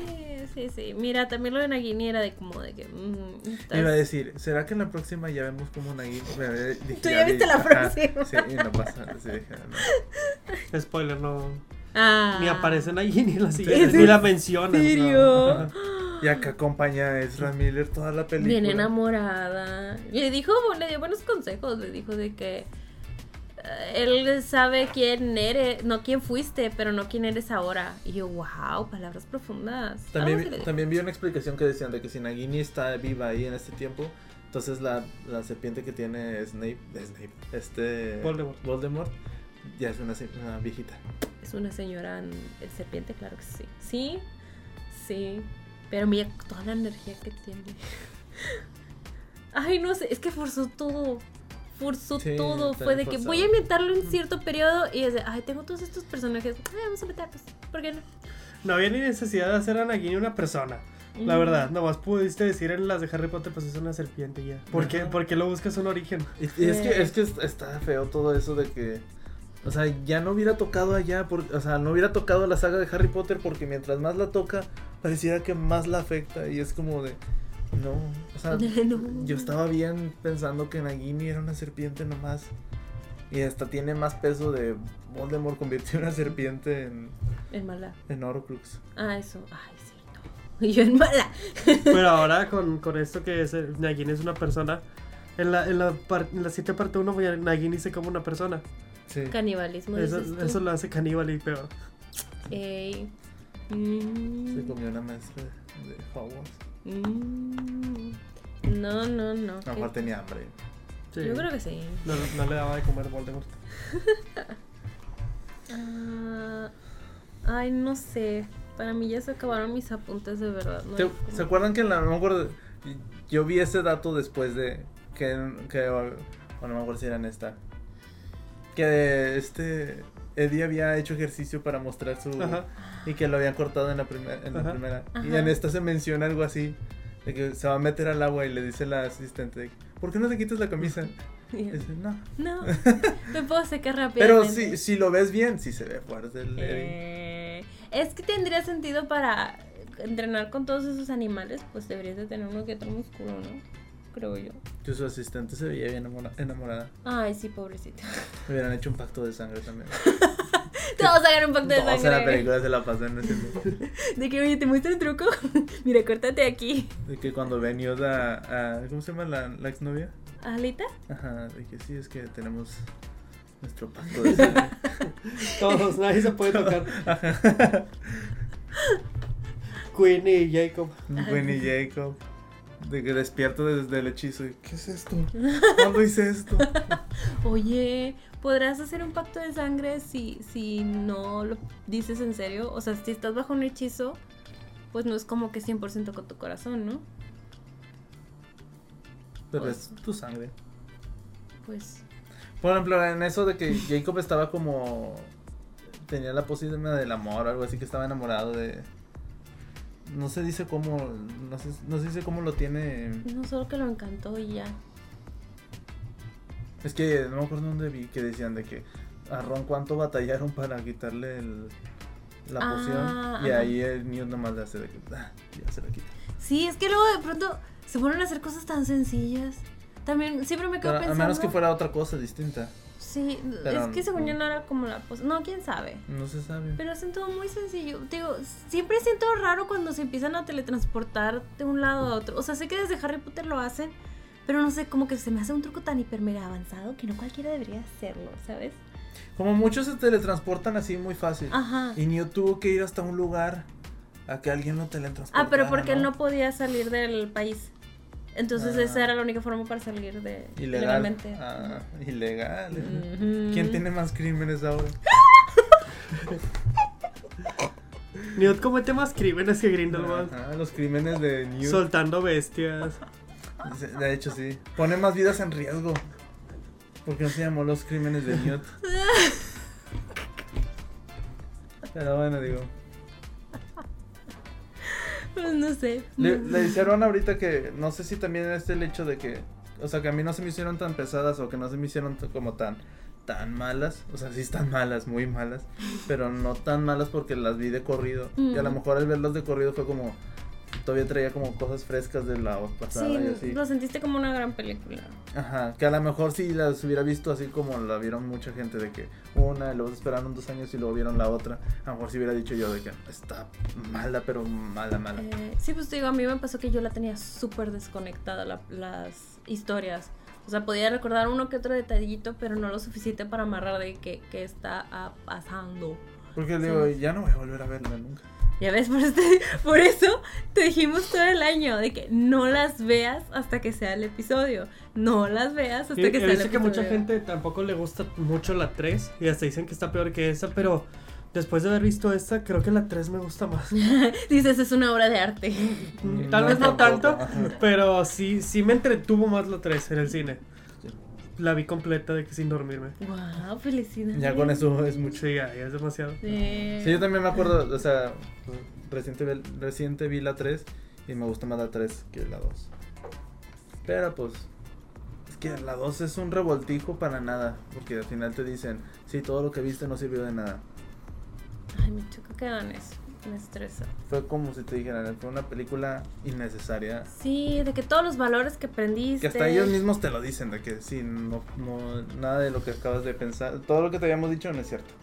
Speaker 1: sí, sí. Mira, también lo de Nagini era de como de que. mm, estás-
Speaker 3: Iba a decir, ¿será que en la próxima ya vemos como una guía?
Speaker 1: Tú ya viste la próxima.
Speaker 3: Sí, y no pasa. Sí, dije, no.
Speaker 2: Spoiler, no.
Speaker 1: Ah.
Speaker 2: Ni aparecen ahí ni la
Speaker 1: ¿Es
Speaker 2: siguiente. Ni
Speaker 1: en
Speaker 2: la mencionan.
Speaker 1: serio?
Speaker 3: No. Y acá acompaña a Ezra Miller toda la película.
Speaker 1: Bien enamorada. Le dijo, le dio buenos consejos. Le dijo de que eh, él sabe quién eres, no quién fuiste, pero no quién eres ahora. Y yo, wow, palabras profundas. Algo así
Speaker 3: También,
Speaker 1: le
Speaker 3: vi-
Speaker 1: dijo.
Speaker 3: también vi una explicación que decían de que si Nagini está viva ahí en este tiempo, entonces la, la serpiente que tiene Snape, Snape, este
Speaker 2: Voldemort.
Speaker 3: Voldemort, ya es una, se- una viejita.
Speaker 1: Es una señora mm, el serpiente, claro que sí. Sí, sí. Pero mira toda la energía que tiene. Ay, no sé, es que forzó todo. Forzó
Speaker 3: Sí,
Speaker 1: todo.
Speaker 3: está
Speaker 1: Fue de
Speaker 3: bien
Speaker 1: que
Speaker 3: forzado.
Speaker 1: voy a inventarlo en cierto periodo y es de, ay, tengo todos estos personajes. Ay, vamos a meterlos. ¿Por qué no?
Speaker 2: No había ni necesidad de hacer a Nagini una persona. La
Speaker 1: Mm.
Speaker 2: verdad, nomás pudiste decir en las de Harry Potter, pues es una serpiente y ya. ¿Por qué,
Speaker 3: Ajá.
Speaker 2: ¿Por qué lo buscas un origen?
Speaker 3: Y, y es,
Speaker 1: Sí.
Speaker 3: que, es que es- está feo todo eso de que, o sea, ya no hubiera tocado allá, por, o sea, no hubiera tocado la saga de Harry Potter porque mientras más la toca, pareciera que más la afecta y es como de, no, o sea,
Speaker 1: No.
Speaker 3: Yo estaba bien pensando que Nagini era una serpiente nomás. Y hasta tiene más peso de Voldemort convirtió una serpiente en,
Speaker 1: Mm, En mala.
Speaker 3: en Horcrux.
Speaker 1: Ah, eso. Ay, es cierto. Y yo en mala.
Speaker 2: Pero ahora con, con esto que es, eh, Nagini es una persona. En la, en la, par- en la 7 parte 1, Nagini se come una persona.
Speaker 3: Sí.
Speaker 1: Canibalismo.
Speaker 2: Eso,
Speaker 1: dices tú.
Speaker 2: eso lo hace caníbal y peor.
Speaker 1: Ey. Mm.
Speaker 3: Se comió una maestra de, de Hogwarts.
Speaker 1: Mm. No, no, no.
Speaker 3: A lo
Speaker 1: qué-
Speaker 3: mejor tenía hambre.
Speaker 2: Sí.
Speaker 1: Yo creo que sí.
Speaker 2: no, no le daba de comer Voldemort.
Speaker 1: Ah, ay, no sé. Para mí ya se acabaron mis apuntes de verdad. ¿no?
Speaker 3: ¿Te- ¿Se acuerdan que en la, no me acuerdo, yo vi ese dato después de que, que bueno, no me acuerdo si era en esta. Que este Eddie había hecho ejercicio para mostrar su...
Speaker 2: Ajá.
Speaker 3: Y que lo habían cortado en la, primer- en la
Speaker 2: Ajá.
Speaker 3: primera. Y
Speaker 1: Ajá.
Speaker 3: en esta se menciona algo así. De que se va a meter al agua y le dice la asistente, de que, ¿por qué no te quitas la camisa? Y dice, no.
Speaker 1: No, me puedo secar rápido.
Speaker 3: Pero si, si lo ves bien, sí se ve fuerte el Eddie.
Speaker 1: Eh. es que tendría sentido para entrenar con todos esos animales, pues deberías de tener uno que otro músculo, ¿no? Creo yo.
Speaker 3: Que su asistente se veía bien enamora- enamorada.
Speaker 1: Ay, sí, pobrecito.
Speaker 3: Me hubieran hecho un pacto de sangre también.
Speaker 1: Todos hagan un pacto de
Speaker 3: Todos en la
Speaker 1: sangre.
Speaker 3: película se la pasan haciendo.
Speaker 1: De que, oye, te muestro un truco. Mira, córtate aquí.
Speaker 3: De que cuando ven Yoda a. ¿Cómo se llama la, la exnovia?
Speaker 1: ¿Alita?
Speaker 3: Ajá, de que sí, es que tenemos nuestro pacto de sangre.
Speaker 2: Todos, nadie se puede tocar. Queen y Jacob.
Speaker 3: Gwen y Jacob. De que despierto desde el hechizo. y, ¿Qué es esto? ¿Cuándo hice esto?
Speaker 1: Oye, ¿podrás hacer un pacto de sangre si, si no lo dices en serio? O sea, si estás bajo un hechizo, pues no es como que 100% con tu corazón, ¿no?
Speaker 3: Pero es tu sangre.
Speaker 1: Pues...
Speaker 3: Por ejemplo, en eso de que Jacob estaba como. Tenía la posibilidad del amor o algo así, que estaba enamorado de. No se dice cómo. No se, no se dice cómo lo tiene.
Speaker 1: No solo que lo encantó y ya.
Speaker 3: Es que no me acuerdo dónde vi que decían de que a Ron cuánto batallaron para quitarle el- la
Speaker 1: Ah,
Speaker 3: poción. Y
Speaker 1: ajá.
Speaker 3: ahí el Newt nomás le hace de que "Ah, ya se la quita.
Speaker 1: Sí, es que luego de pronto se ponen a hacer cosas tan sencillas. También siempre me quedo
Speaker 3: Pero a
Speaker 1: pensando...
Speaker 3: menos que fuera otra cosa distinta.
Speaker 1: Sí,
Speaker 3: Pero- mm.
Speaker 1: es que según yo no era como la pos- No, quién sabe.
Speaker 3: No se sabe.
Speaker 1: Pero hacen todo muy sencillo. Digo, siempre siento raro cuando se empiezan a teletransportar de un lado a otro. O sea, sé que desde Harry Potter lo hacen, pero no sé, como que se me hace un truco tan hiper mega avanzado que no cualquiera debería hacerlo, ¿sabes?
Speaker 3: Como muchos se teletransportan así muy fácil.
Speaker 1: Ajá.
Speaker 3: Y Newt tuvo que ir hasta un lugar a que alguien lo teletransportara.
Speaker 1: Ah, pero porque él no podía salir del país. Entonces
Speaker 3: Ah.
Speaker 1: esa era la única forma para salir de
Speaker 3: Ilegal.
Speaker 1: legalmente.
Speaker 3: Ah, ilegal.
Speaker 1: Ujú.
Speaker 3: ¿Quién tiene más crímenes ahora?
Speaker 2: Newt comete más crímenes que Grindelwald.
Speaker 3: Ajá, los crímenes de Newt.
Speaker 2: Soltando bestias.
Speaker 3: Sí, De hecho, sí. Pone más vidas en riesgo. Porque no se llamó los crímenes de Newt. Pero bueno, digo.
Speaker 1: Pues no sé.
Speaker 3: Le, le hicieron ahorita que. No sé si también es el hecho de que. O sea, que a mí no se me hicieron tan pesadas o que no se me hicieron t- como tan tan malas, o sea, sí están malas, muy malas, pero no tan malas porque las vi de corrido. Y a lo
Speaker 1: Ujú.
Speaker 3: mejor al verlas de corrido fue como, todavía traía como cosas frescas de la pasada y
Speaker 1: Sí,
Speaker 3: así.
Speaker 1: lo sentiste como una gran película.
Speaker 3: Ajá, que a lo mejor si las hubiera visto así como la vieron mucha gente de que una, y luego se esperaron dos años y luego vieron la otra, a lo mejor si hubiera dicho yo de que está mala, pero mala, mala.
Speaker 1: Eh, sí, pues te digo, a mí me pasó que yo la tenía súper desconectada, la- las historias. O sea, podía recordar uno que otro detallito, pero no lo suficiente para amarrar de qué qué está ah, pasando.
Speaker 3: Porque le digo, ya no voy a volver a verla nunca.
Speaker 1: Ya ves, por, este- por eso te dijimos todo el año de que no las veas hasta que sea el episodio. No las veas hasta
Speaker 2: Y-
Speaker 1: que
Speaker 2: y
Speaker 1: sea el
Speaker 2: dice
Speaker 1: episodio.
Speaker 2: que mucha gente tampoco le gusta mucho la 3 y hasta dicen que está peor que esa, pero después de haber visto esta, creo que la 3 me gusta más.
Speaker 1: Dices, es una obra de arte.
Speaker 2: Mm, Tal vez no tanto, pero sí, sí me entretuvo más la 3 en el cine. La vi completa de que sin dormirme.
Speaker 1: wow, felicidades.
Speaker 3: Ya con eso es mucho.
Speaker 2: Sí, ya, ya es demasiado. Eh.
Speaker 1: Sí.
Speaker 3: Sí, yo también me acuerdo, o sea, reciente, ve- reciente vi la 3 y me gusta más la 3 que la 2. Pero pues, es que la 2 es un revoltijo para nada, porque al final te dicen, sí, todo lo que viste no sirvió de nada.
Speaker 1: Ay, me choca que hagan eso. Me estresa.
Speaker 3: Fue como si te dijeran, fue una película innecesaria.
Speaker 1: Sí, de que todos los valores que aprendiste.
Speaker 3: Que hasta ellos mismos te lo dicen, de que sí, no, no, nada de lo que acabas de pensar, todo lo que te habíamos dicho no es cierto.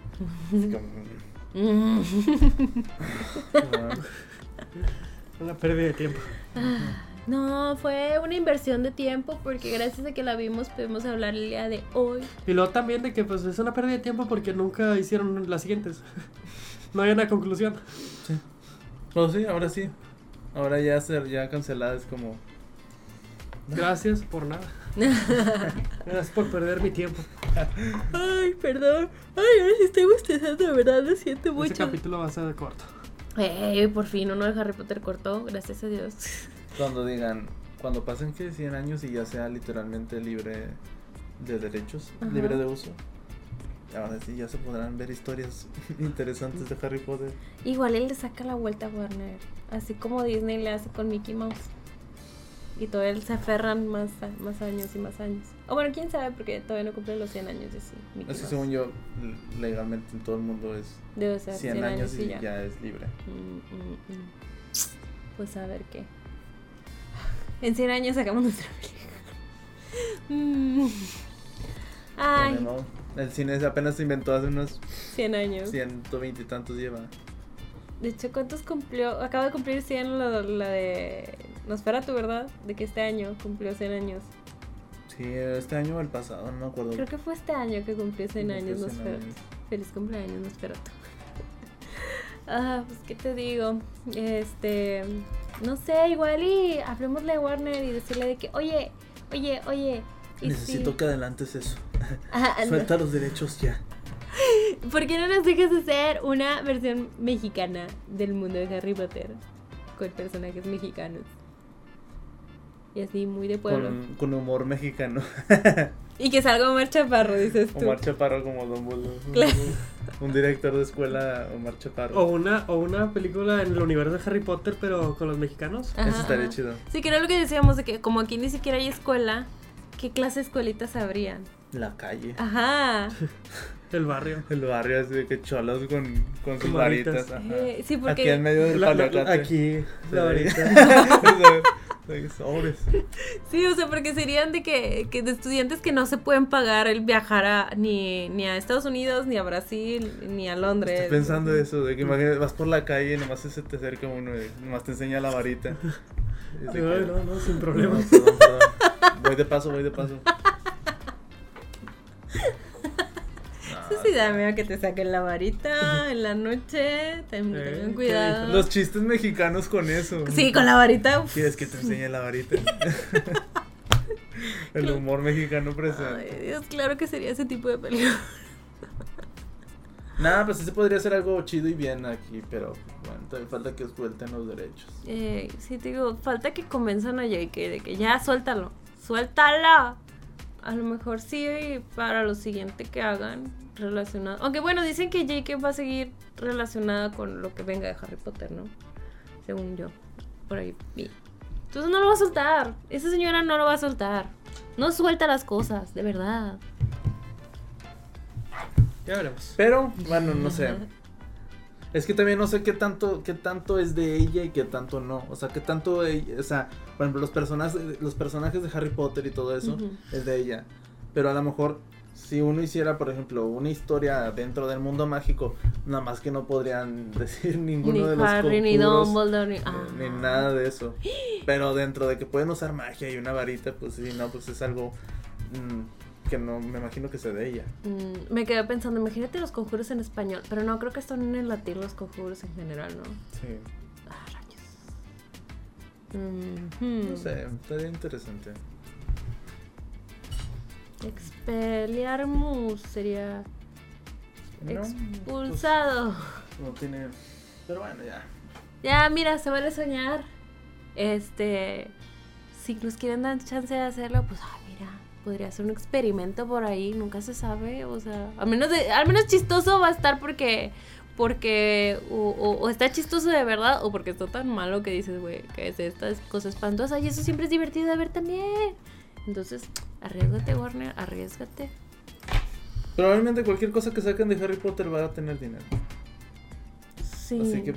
Speaker 3: Es como, mm,
Speaker 1: Mm.
Speaker 3: no.
Speaker 2: Una pérdida de tiempo.
Speaker 1: No, fue una inversión de tiempo porque gracias a que la vimos pudimos hablar el día de hoy.
Speaker 2: Y luego también de que pues es una pérdida de tiempo porque nunca hicieron las siguientes. No hay una conclusión.
Speaker 3: No, sí, ahora sí. Ahora ya, ser, ya cancelada es como...
Speaker 2: Gracias por nada. Gracias por perder mi tiempo. Este
Speaker 1: Ay, perdón. Ay, ahora sí estoy bostezando, de verdad, lo siento
Speaker 2: Este
Speaker 1: mucho.
Speaker 2: capítulo va a ser corto.
Speaker 1: Ey, Eh, por fin uno de Harry Potter cortó, gracias a Dios.
Speaker 3: Cuando digan, cuando pasen que 100 años y ya sea literalmente libre de derechos,
Speaker 1: Ajá.
Speaker 3: libre de uso, ahora sí ya se podrán ver historias interesantes de Harry Potter.
Speaker 1: Igual él le saca la vuelta a Warner, así como Disney le hace con Mickey Mouse. Y todo él se aferran más, a- más años y más años. O bueno, quién sabe, porque todavía no cumple los 100 años de sí. Mickey
Speaker 3: Así
Speaker 1: Mouse.
Speaker 3: según yo, l- legalmente en todo el mundo es
Speaker 1: Debe ser
Speaker 3: 100, años y ya. es libre.
Speaker 1: Mm, mm, mm. Pues a ver qué. En 100 años sacamos nuestra película. Mm.
Speaker 3: Ya
Speaker 1: Ay,
Speaker 3: ni modo. El cine se apenas se inventó hace unos
Speaker 1: 100 años.
Speaker 3: 120 y tantos lleva.
Speaker 1: De hecho, ¿cuántos cumplió? Acaba de cumplir 100 la, la de Nosferatu, ¿verdad? De que este año cumplió 100 años.
Speaker 3: Sí, este año o el pasado, no me acuerdo.
Speaker 1: Creo que fue este año que cumplió 100
Speaker 3: Creo que
Speaker 1: años
Speaker 3: 100
Speaker 1: Nosferatu.
Speaker 3: años.
Speaker 1: Feliz cumpleaños Nosferatu. ah, pues qué te digo. Este, no sé, igual y hablemosle a Warner y decirle de que, oye, oye, oye. y
Speaker 3: Necesito
Speaker 1: si-
Speaker 3: que adelantes eso.
Speaker 1: Ah, no.
Speaker 3: Suelta los derechos ya.
Speaker 1: ¿Por qué no nos dejas hacer una versión mexicana del mundo de Harry Potter? Con personajes mexicanos. Y así, muy de pueblo.
Speaker 3: Con, con humor mexicano.
Speaker 1: Y que salga Omar Chaparro, dices tú.
Speaker 3: Omar Chaparro como Don Bulbo.
Speaker 1: Claro.
Speaker 3: Un director de escuela, Omar Chaparro.
Speaker 2: O una, o una película en el universo de Harry Potter, pero con los mexicanos.
Speaker 1: Ajá,
Speaker 3: Eso estaría
Speaker 1: ajá.
Speaker 3: chido.
Speaker 1: Sí, que era lo que decíamos, de que como aquí ni siquiera hay escuela, ¿qué clase de escuelitas habrían?
Speaker 3: La calle.
Speaker 1: Ah. Ajá.
Speaker 2: El barrio.
Speaker 3: El barrio así de que cholos con, con sus
Speaker 2: Con
Speaker 3: varitas.
Speaker 2: varitas.
Speaker 3: ajá.
Speaker 1: Eh, sí,
Speaker 3: Aquí en
Speaker 1: porque
Speaker 3: medio del
Speaker 2: La- la-
Speaker 3: paliacate.
Speaker 2: aquí,
Speaker 3: Sí.
Speaker 2: la varita.
Speaker 3: Sí, sí, Sobres.
Speaker 1: sí, o sea, porque serían de que, que de estudiantes que no se pueden pagar el viajar a, ni, ni a Estados Unidos, ni a Brasil, ni a Londres.
Speaker 3: Estoy pensando eso, de que imagínate, vas por la calle y nomás se te acerca uno y nomás te enseña la varita. Y es de
Speaker 2: No,
Speaker 3: que-
Speaker 2: no, no, sin
Speaker 3: No,
Speaker 2: problemas.
Speaker 3: perdón, perdón. Voy de paso, voy de paso.
Speaker 2: Ah.
Speaker 1: Sí, sí, da miedo que te saquen la varita en la noche. Ten,
Speaker 2: Eh,
Speaker 1: tengan
Speaker 2: ¿qué
Speaker 1: cuidado.
Speaker 2: dijo?
Speaker 3: Los chistes mexicanos con eso.
Speaker 1: Sí, con la varita. uf.
Speaker 3: ¿Quieres que te enseñe la varita? El humor mexicano
Speaker 1: Ay,
Speaker 3: presente.
Speaker 1: Dios, claro que sería ese tipo de película.
Speaker 3: Nada, pues sí se podría hacer algo chido y bien aquí, pero bueno, todavía falta que suelten los derechos.
Speaker 1: Eh, sí, te digo, falta que convenzan a JK de que ya suéltalo, suéltala. A lo mejor sí para lo siguiente que hagan relacionado. Aunque bueno, dicen que JK va a seguir relacionada con lo que venga de Harry Potter, ¿no? Según yo, por ahí vi. Entonces no lo va a soltar. Esa señora no lo va a soltar. No suelta las cosas, de verdad.
Speaker 2: Ya veremos.
Speaker 3: Pero, bueno, no sé. Es que también no sé qué tanto, qué tanto es de ella y qué tanto no. O sea, qué tanto, de- o sea, por ejemplo, los personajes, los personajes de Harry Potter y todo eso
Speaker 1: Ujú.
Speaker 3: es de ella. Pero a lo mejor, si uno hiciera, por ejemplo, una historia dentro del mundo mágico, nada más que no podrían decir ninguno
Speaker 1: Ni
Speaker 3: de los
Speaker 1: Harry, ni
Speaker 3: conjuros,
Speaker 1: Dumbledore, ni,
Speaker 3: eh,
Speaker 1: ah.
Speaker 3: Ni nada de eso. Pero dentro de que pueden usar magia y una varita, pues sí, no, pues es algo mm, que no me imagino que sea de ella.
Speaker 1: Mm, me quedé pensando, imagínate los conjuros en español, pero no creo que están en el latín los conjuros en general, ¿no?
Speaker 3: Sí.
Speaker 1: Ah, rayos. Mhm.
Speaker 3: No sé, estaría interesante.
Speaker 1: Expelliarmus sería
Speaker 3: No,
Speaker 1: expulsado.
Speaker 3: pues, no tiene. Pero bueno, ya.
Speaker 1: Ya, mira, se vale soñar. Este, si nos quieren dar chance de hacerlo, pues, ah, mira, podría ser un experimento por ahí, nunca se sabe, o sea, al menos, de- al menos chistoso va a estar porque, porque, o, o- o está chistoso de verdad, o porque está tan malo que dices, güey, que es esta es cosa espantosa, y eso siempre es divertido de ver también. Entonces, arriesgate, Warner, arriesgate.
Speaker 3: Probablemente cualquier cosa que saquen de Harry Potter va a tener dinero.
Speaker 1: Sí.
Speaker 3: Así que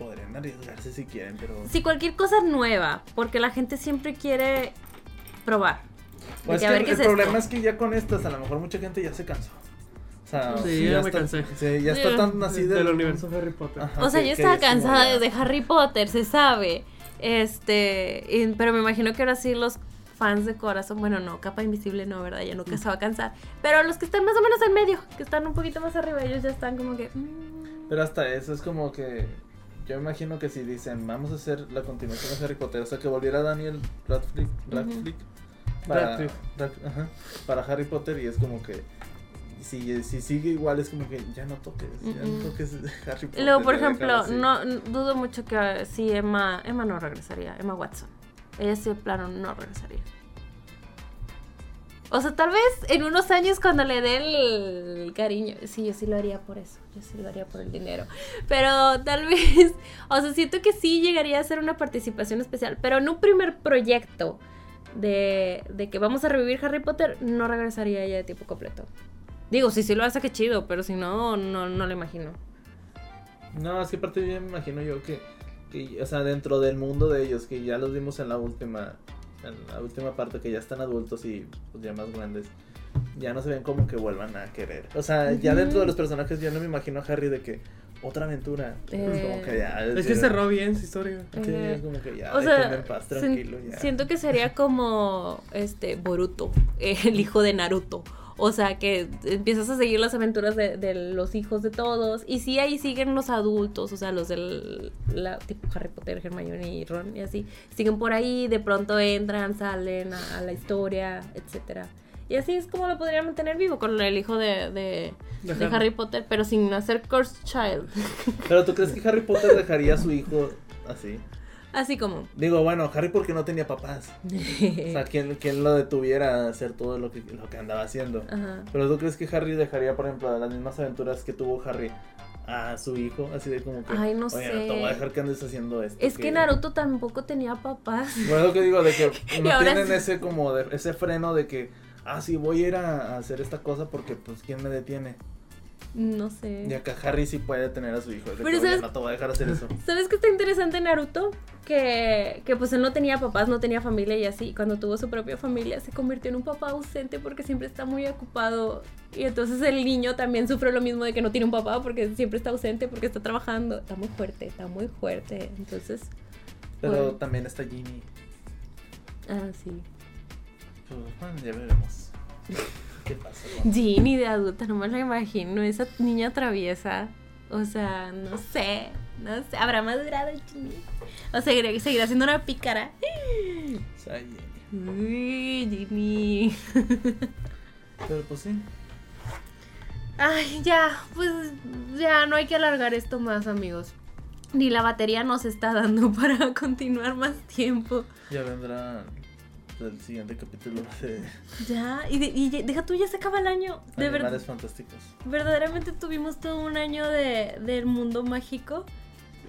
Speaker 3: podrían arriesgarse si quieren, pero.
Speaker 1: Sí, cualquier cosa nueva, porque la gente siempre quiere probar.
Speaker 3: Pues
Speaker 1: de que a
Speaker 3: es que
Speaker 1: ver qué
Speaker 3: el
Speaker 1: es esto.
Speaker 3: problema es que ya con estas, a lo mejor mucha gente ya se cansó. O sea,
Speaker 2: Sí, ya me
Speaker 3: está-
Speaker 2: cansé.
Speaker 3: sí, ya
Speaker 1: Sí.
Speaker 3: está tan así
Speaker 2: del universo Harry Potter.
Speaker 3: Ajá,
Speaker 1: O sea,
Speaker 3: que-
Speaker 1: yo
Speaker 3: que
Speaker 1: estaba
Speaker 3: es como
Speaker 1: cansada
Speaker 3: ya-
Speaker 1: desde Harry Potter, se sabe. Este, y- pero me imagino que ahora sí los fans de corazón, bueno, no, capa invisible no, ¿verdad? Ya nunca se va a cansar. Pero los que están más o menos en medio, que están un poquito más arriba, ellos ya están como que... mm,
Speaker 3: Pero hasta eso es como que. Yo imagino que si dicen, vamos a hacer la continuación de Harry Potter, o sea, que volviera Daniel Radcliffe, Radcliffe para,
Speaker 2: Radcliffe.
Speaker 3: Rad- ajá, para Harry Potter, y es como que. Si, si sigue igual, es como que ya no toques, ya
Speaker 1: Mm-mm.
Speaker 3: no toques Harry Potter.
Speaker 1: Luego, por
Speaker 3: ya déjalo
Speaker 1: ejemplo,
Speaker 3: así.
Speaker 1: no, n- dudo mucho que eh, sí, Emma, Emma no regresaría, Emma Watson. Ella sí, de plano, no regresaría. O sea, tal vez en unos años cuando le dé el cariño, sí, yo sí lo haría por eso, yo sí lo haría por el dinero. Pero tal vez, o sea, siento que sí llegaría a ser una participación especial, pero en un primer proyecto de, de que vamos a revivir Harry Potter, no regresaría ella de tiempo completo. Digo, si sí lo hace, qué chido, pero si no, no, no lo imagino.
Speaker 3: No, es que aparte yo me imagino yo que, que, o sea, dentro del mundo de ellos, que ya los vimos en la última, en la última parte, que ya están adultos y pues, ya más grandes, ya no se ven como que vuelvan a querer. O sea, ya
Speaker 1: Ujú.
Speaker 3: dentro de los personajes yo no me imagino a Harry de que otra aventura. Es
Speaker 1: Eh.
Speaker 3: como que ya.
Speaker 2: Es
Speaker 3: ya-
Speaker 2: que cerró bien su historia.
Speaker 3: Sí, es como que ya.
Speaker 1: O
Speaker 3: déjenme
Speaker 1: sea,
Speaker 3: en paz,
Speaker 1: sen-
Speaker 3: tranquilo, ya.
Speaker 1: siento que sería como este Boruto, eh, el hijo de Naruto. O sea, que empiezas a seguir las aventuras de, de los hijos de todos. Y sí, ahí siguen los adultos, o sea, los del la- tipo Harry Potter, Hermione y Ron y así. Siguen por ahí, de pronto entran, salen a, a la historia, etcétera. Y así es como lo podrían mantener vivo con el hijo de, de-
Speaker 2: De
Speaker 1: de
Speaker 2: Harry.
Speaker 1: Harry Potter, pero sin hacer Cursed Child.
Speaker 3: Pero tú crees que Harry Potter dejaría a su hijo así.
Speaker 1: Así como.
Speaker 3: Digo, bueno, Harry porque no tenía papás. O
Speaker 1: Eh.
Speaker 3: sea, ¿quién, quién lo detuviera a hacer todo lo que, lo que andaba haciendo?
Speaker 1: Ajá.
Speaker 3: Pero tú crees que Harry dejaría, por ejemplo, las mismas aventuras que tuvo Harry a su hijo, así de como que.
Speaker 1: Ay, no
Speaker 3: "Oye,
Speaker 1: sé.
Speaker 3: te voy a dejar que andes haciendo esto.
Speaker 1: Es que Naruto tampoco tenía papás.
Speaker 3: Bueno, lo que digo, de que
Speaker 1: Y
Speaker 3: no
Speaker 1: ahora
Speaker 3: tienen
Speaker 1: sí.
Speaker 3: ese como de- ese freno de que, ah, sí, voy a ir a, a hacer esta cosa porque, pues, ¿quién me detiene?
Speaker 1: No sé.
Speaker 3: Y acá Harry sí puede detener a su hijo. de que,
Speaker 1: Pero
Speaker 3: "Oye,
Speaker 1: ¿sabes?
Speaker 3: no te voy a dejar hacer eso.
Speaker 1: ¿Sabes qué está interesante en Naruto? Que, que pues él no tenía papás, no tenía familia y así. Cuando tuvo su propia familia se convirtió en un papá ausente porque siempre está muy ocupado. Y entonces el niño también sufre lo mismo de que no tiene un papá porque siempre está ausente, porque está trabajando. Está muy fuerte, está muy fuerte. Entonces,
Speaker 3: Pero
Speaker 1: Bueno.
Speaker 3: también está Ginny.
Speaker 1: ah, sí.
Speaker 3: Pues, bueno, ya veremos. ¿Qué pasa? con-
Speaker 1: Ginny de adulta, no me la imagino. Esa niña traviesa. O sea, no sé. No sé. ¿Habrá madurado Ginny? O seguirá, seguirá siendo una pícara.
Speaker 3: O sea, Ginny.
Speaker 1: Uy, Jimmy.
Speaker 3: Pero pues sí.
Speaker 1: Ay, ya, pues ya no hay que alargar esto más, amigos. Ni la batería nos está dando para continuar más tiempo.
Speaker 3: Ya vendrá el siguiente capítulo de
Speaker 1: Ya, y, de- y ya- deja tú, ya se acaba el año. De verdad.
Speaker 3: Animales Fantásticos.
Speaker 1: Verdaderamente tuvimos todo un año de, del mundo mágico.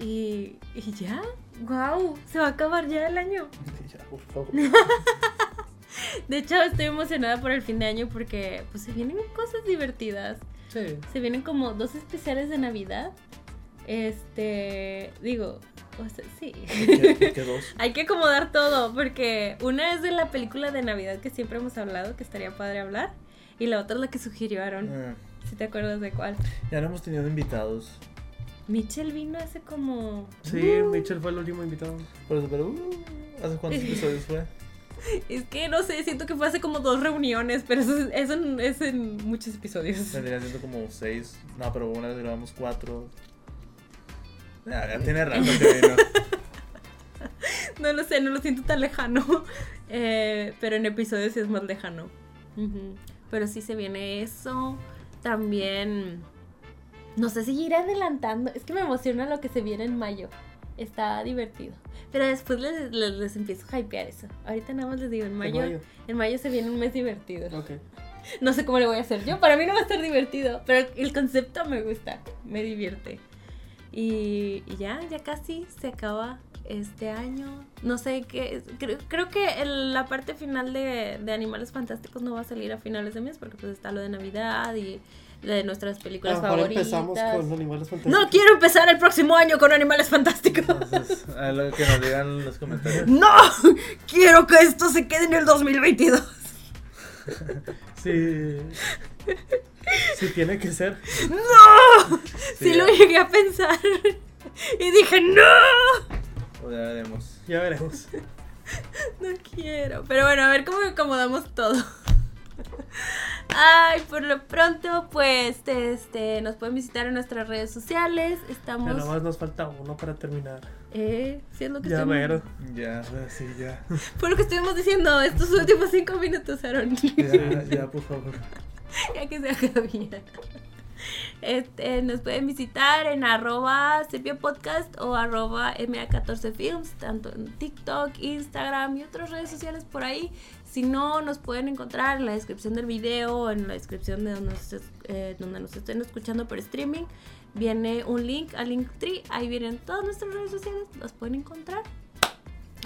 Speaker 1: Y, y ya, wow, se va a acabar ya el año.
Speaker 3: Ya, por favor.
Speaker 1: De hecho, estoy emocionada por el fin de año porque pues se vienen cosas divertidas.
Speaker 2: Sí.
Speaker 1: Se vienen como dos especiales de Navidad. Este, digo, o sea, sí.
Speaker 3: ¿Qué, qué dos?
Speaker 1: Hay que acomodar todo, porque una es de la película de Navidad que siempre hemos hablado, que estaría padre hablar, y la otra es la que sugirió Aaron,
Speaker 3: Mm,
Speaker 1: si te acuerdas de cuál.
Speaker 3: Ya no hemos tenido invitados.
Speaker 1: Mitchell vino hace como...
Speaker 2: Sí, Mitchell fue el último invitado.
Speaker 3: Por eso, pero. uh, ¿Hace cuántos episodios fue?
Speaker 1: Es que no sé, siento que fue hace como dos reuniones, pero eso, es- eso n- es en muchos episodios.
Speaker 3: Vendría siendo como seis. No, pero una vez grabamos cuatro. Ya, ya tiene rato que vino.
Speaker 1: No lo sé, no lo siento tan lejano, Eh, pero en episodios sí es más lejano. Ujú. Pero sí se viene eso. También, no sé si ir adelantando, es que me emociona lo que se viene en mayo. Está divertido. Pero después les, les, les empiezo a hypear eso. Ahorita nada más les digo, en mayo, en mayo se viene un mes divertido.
Speaker 2: Ok.
Speaker 1: No sé cómo le voy a hacer yo. Para mí no va a estar divertido, pero el concepto me gusta, me divierte. Y, y ya, ya casi se acaba este año. No sé qué. es- Creo, creo que el- la parte final de, de Animales Fantásticos no va a salir a finales de mes porque pues está lo de Navidad y la de nuestras películas favoritas.
Speaker 2: empezamos con animales fantásticos.
Speaker 1: No quiero empezar el próximo año con Animales Fantásticos.
Speaker 3: Entonces, a lo que nos digan en los comentarios.
Speaker 1: No, quiero que esto se quede en el 2022.
Speaker 2: Sí. Sí, tiene que ser.
Speaker 1: ¡No! Sí,
Speaker 3: Sí,
Speaker 1: lo
Speaker 3: ya.
Speaker 1: llegué a pensar. Y dije, ¡No!
Speaker 3: O ya veremos.
Speaker 2: Ya veremos.
Speaker 1: No quiero. Pero bueno, a ver cómo acomodamos todo. Ay, por lo pronto, pues, este, nos pueden visitar en nuestras redes sociales.
Speaker 2: Ya
Speaker 1: Estamos.
Speaker 2: nada más nos falta uno para terminar.
Speaker 1: Eh, sí, es lo que
Speaker 2: Ya
Speaker 1: estuvimos-
Speaker 2: ver.
Speaker 3: Ya, Ah, sí, ya.
Speaker 1: Fue lo que estuvimos diciendo estos últimos cinco minutos, Aaron.
Speaker 3: Ya, ya, por favor.
Speaker 1: ya que se acabía. Este, nos pueden visitar en arroba sepia podcast o arroba ma14films, tanto en TikTok, Instagram y otras redes sociales por ahí. Si no, nos pueden encontrar en la descripción del video, en la descripción de donde nos, es- eh, donde nos estén escuchando por streaming. Viene un link a Linktree, ahí vienen todas nuestras redes sociales, las pueden encontrar.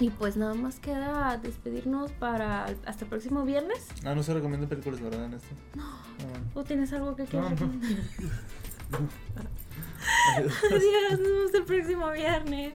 Speaker 1: Y pues nada más queda despedirnos para hasta el próximo viernes.
Speaker 3: Ah, no se recomiendan películas, ¿verdad? En este. No.
Speaker 1: ¿O tienes algo que
Speaker 3: No,
Speaker 1: quieras
Speaker 3: no.
Speaker 1: recomendar? Adiós, nos vemos el próximo viernes.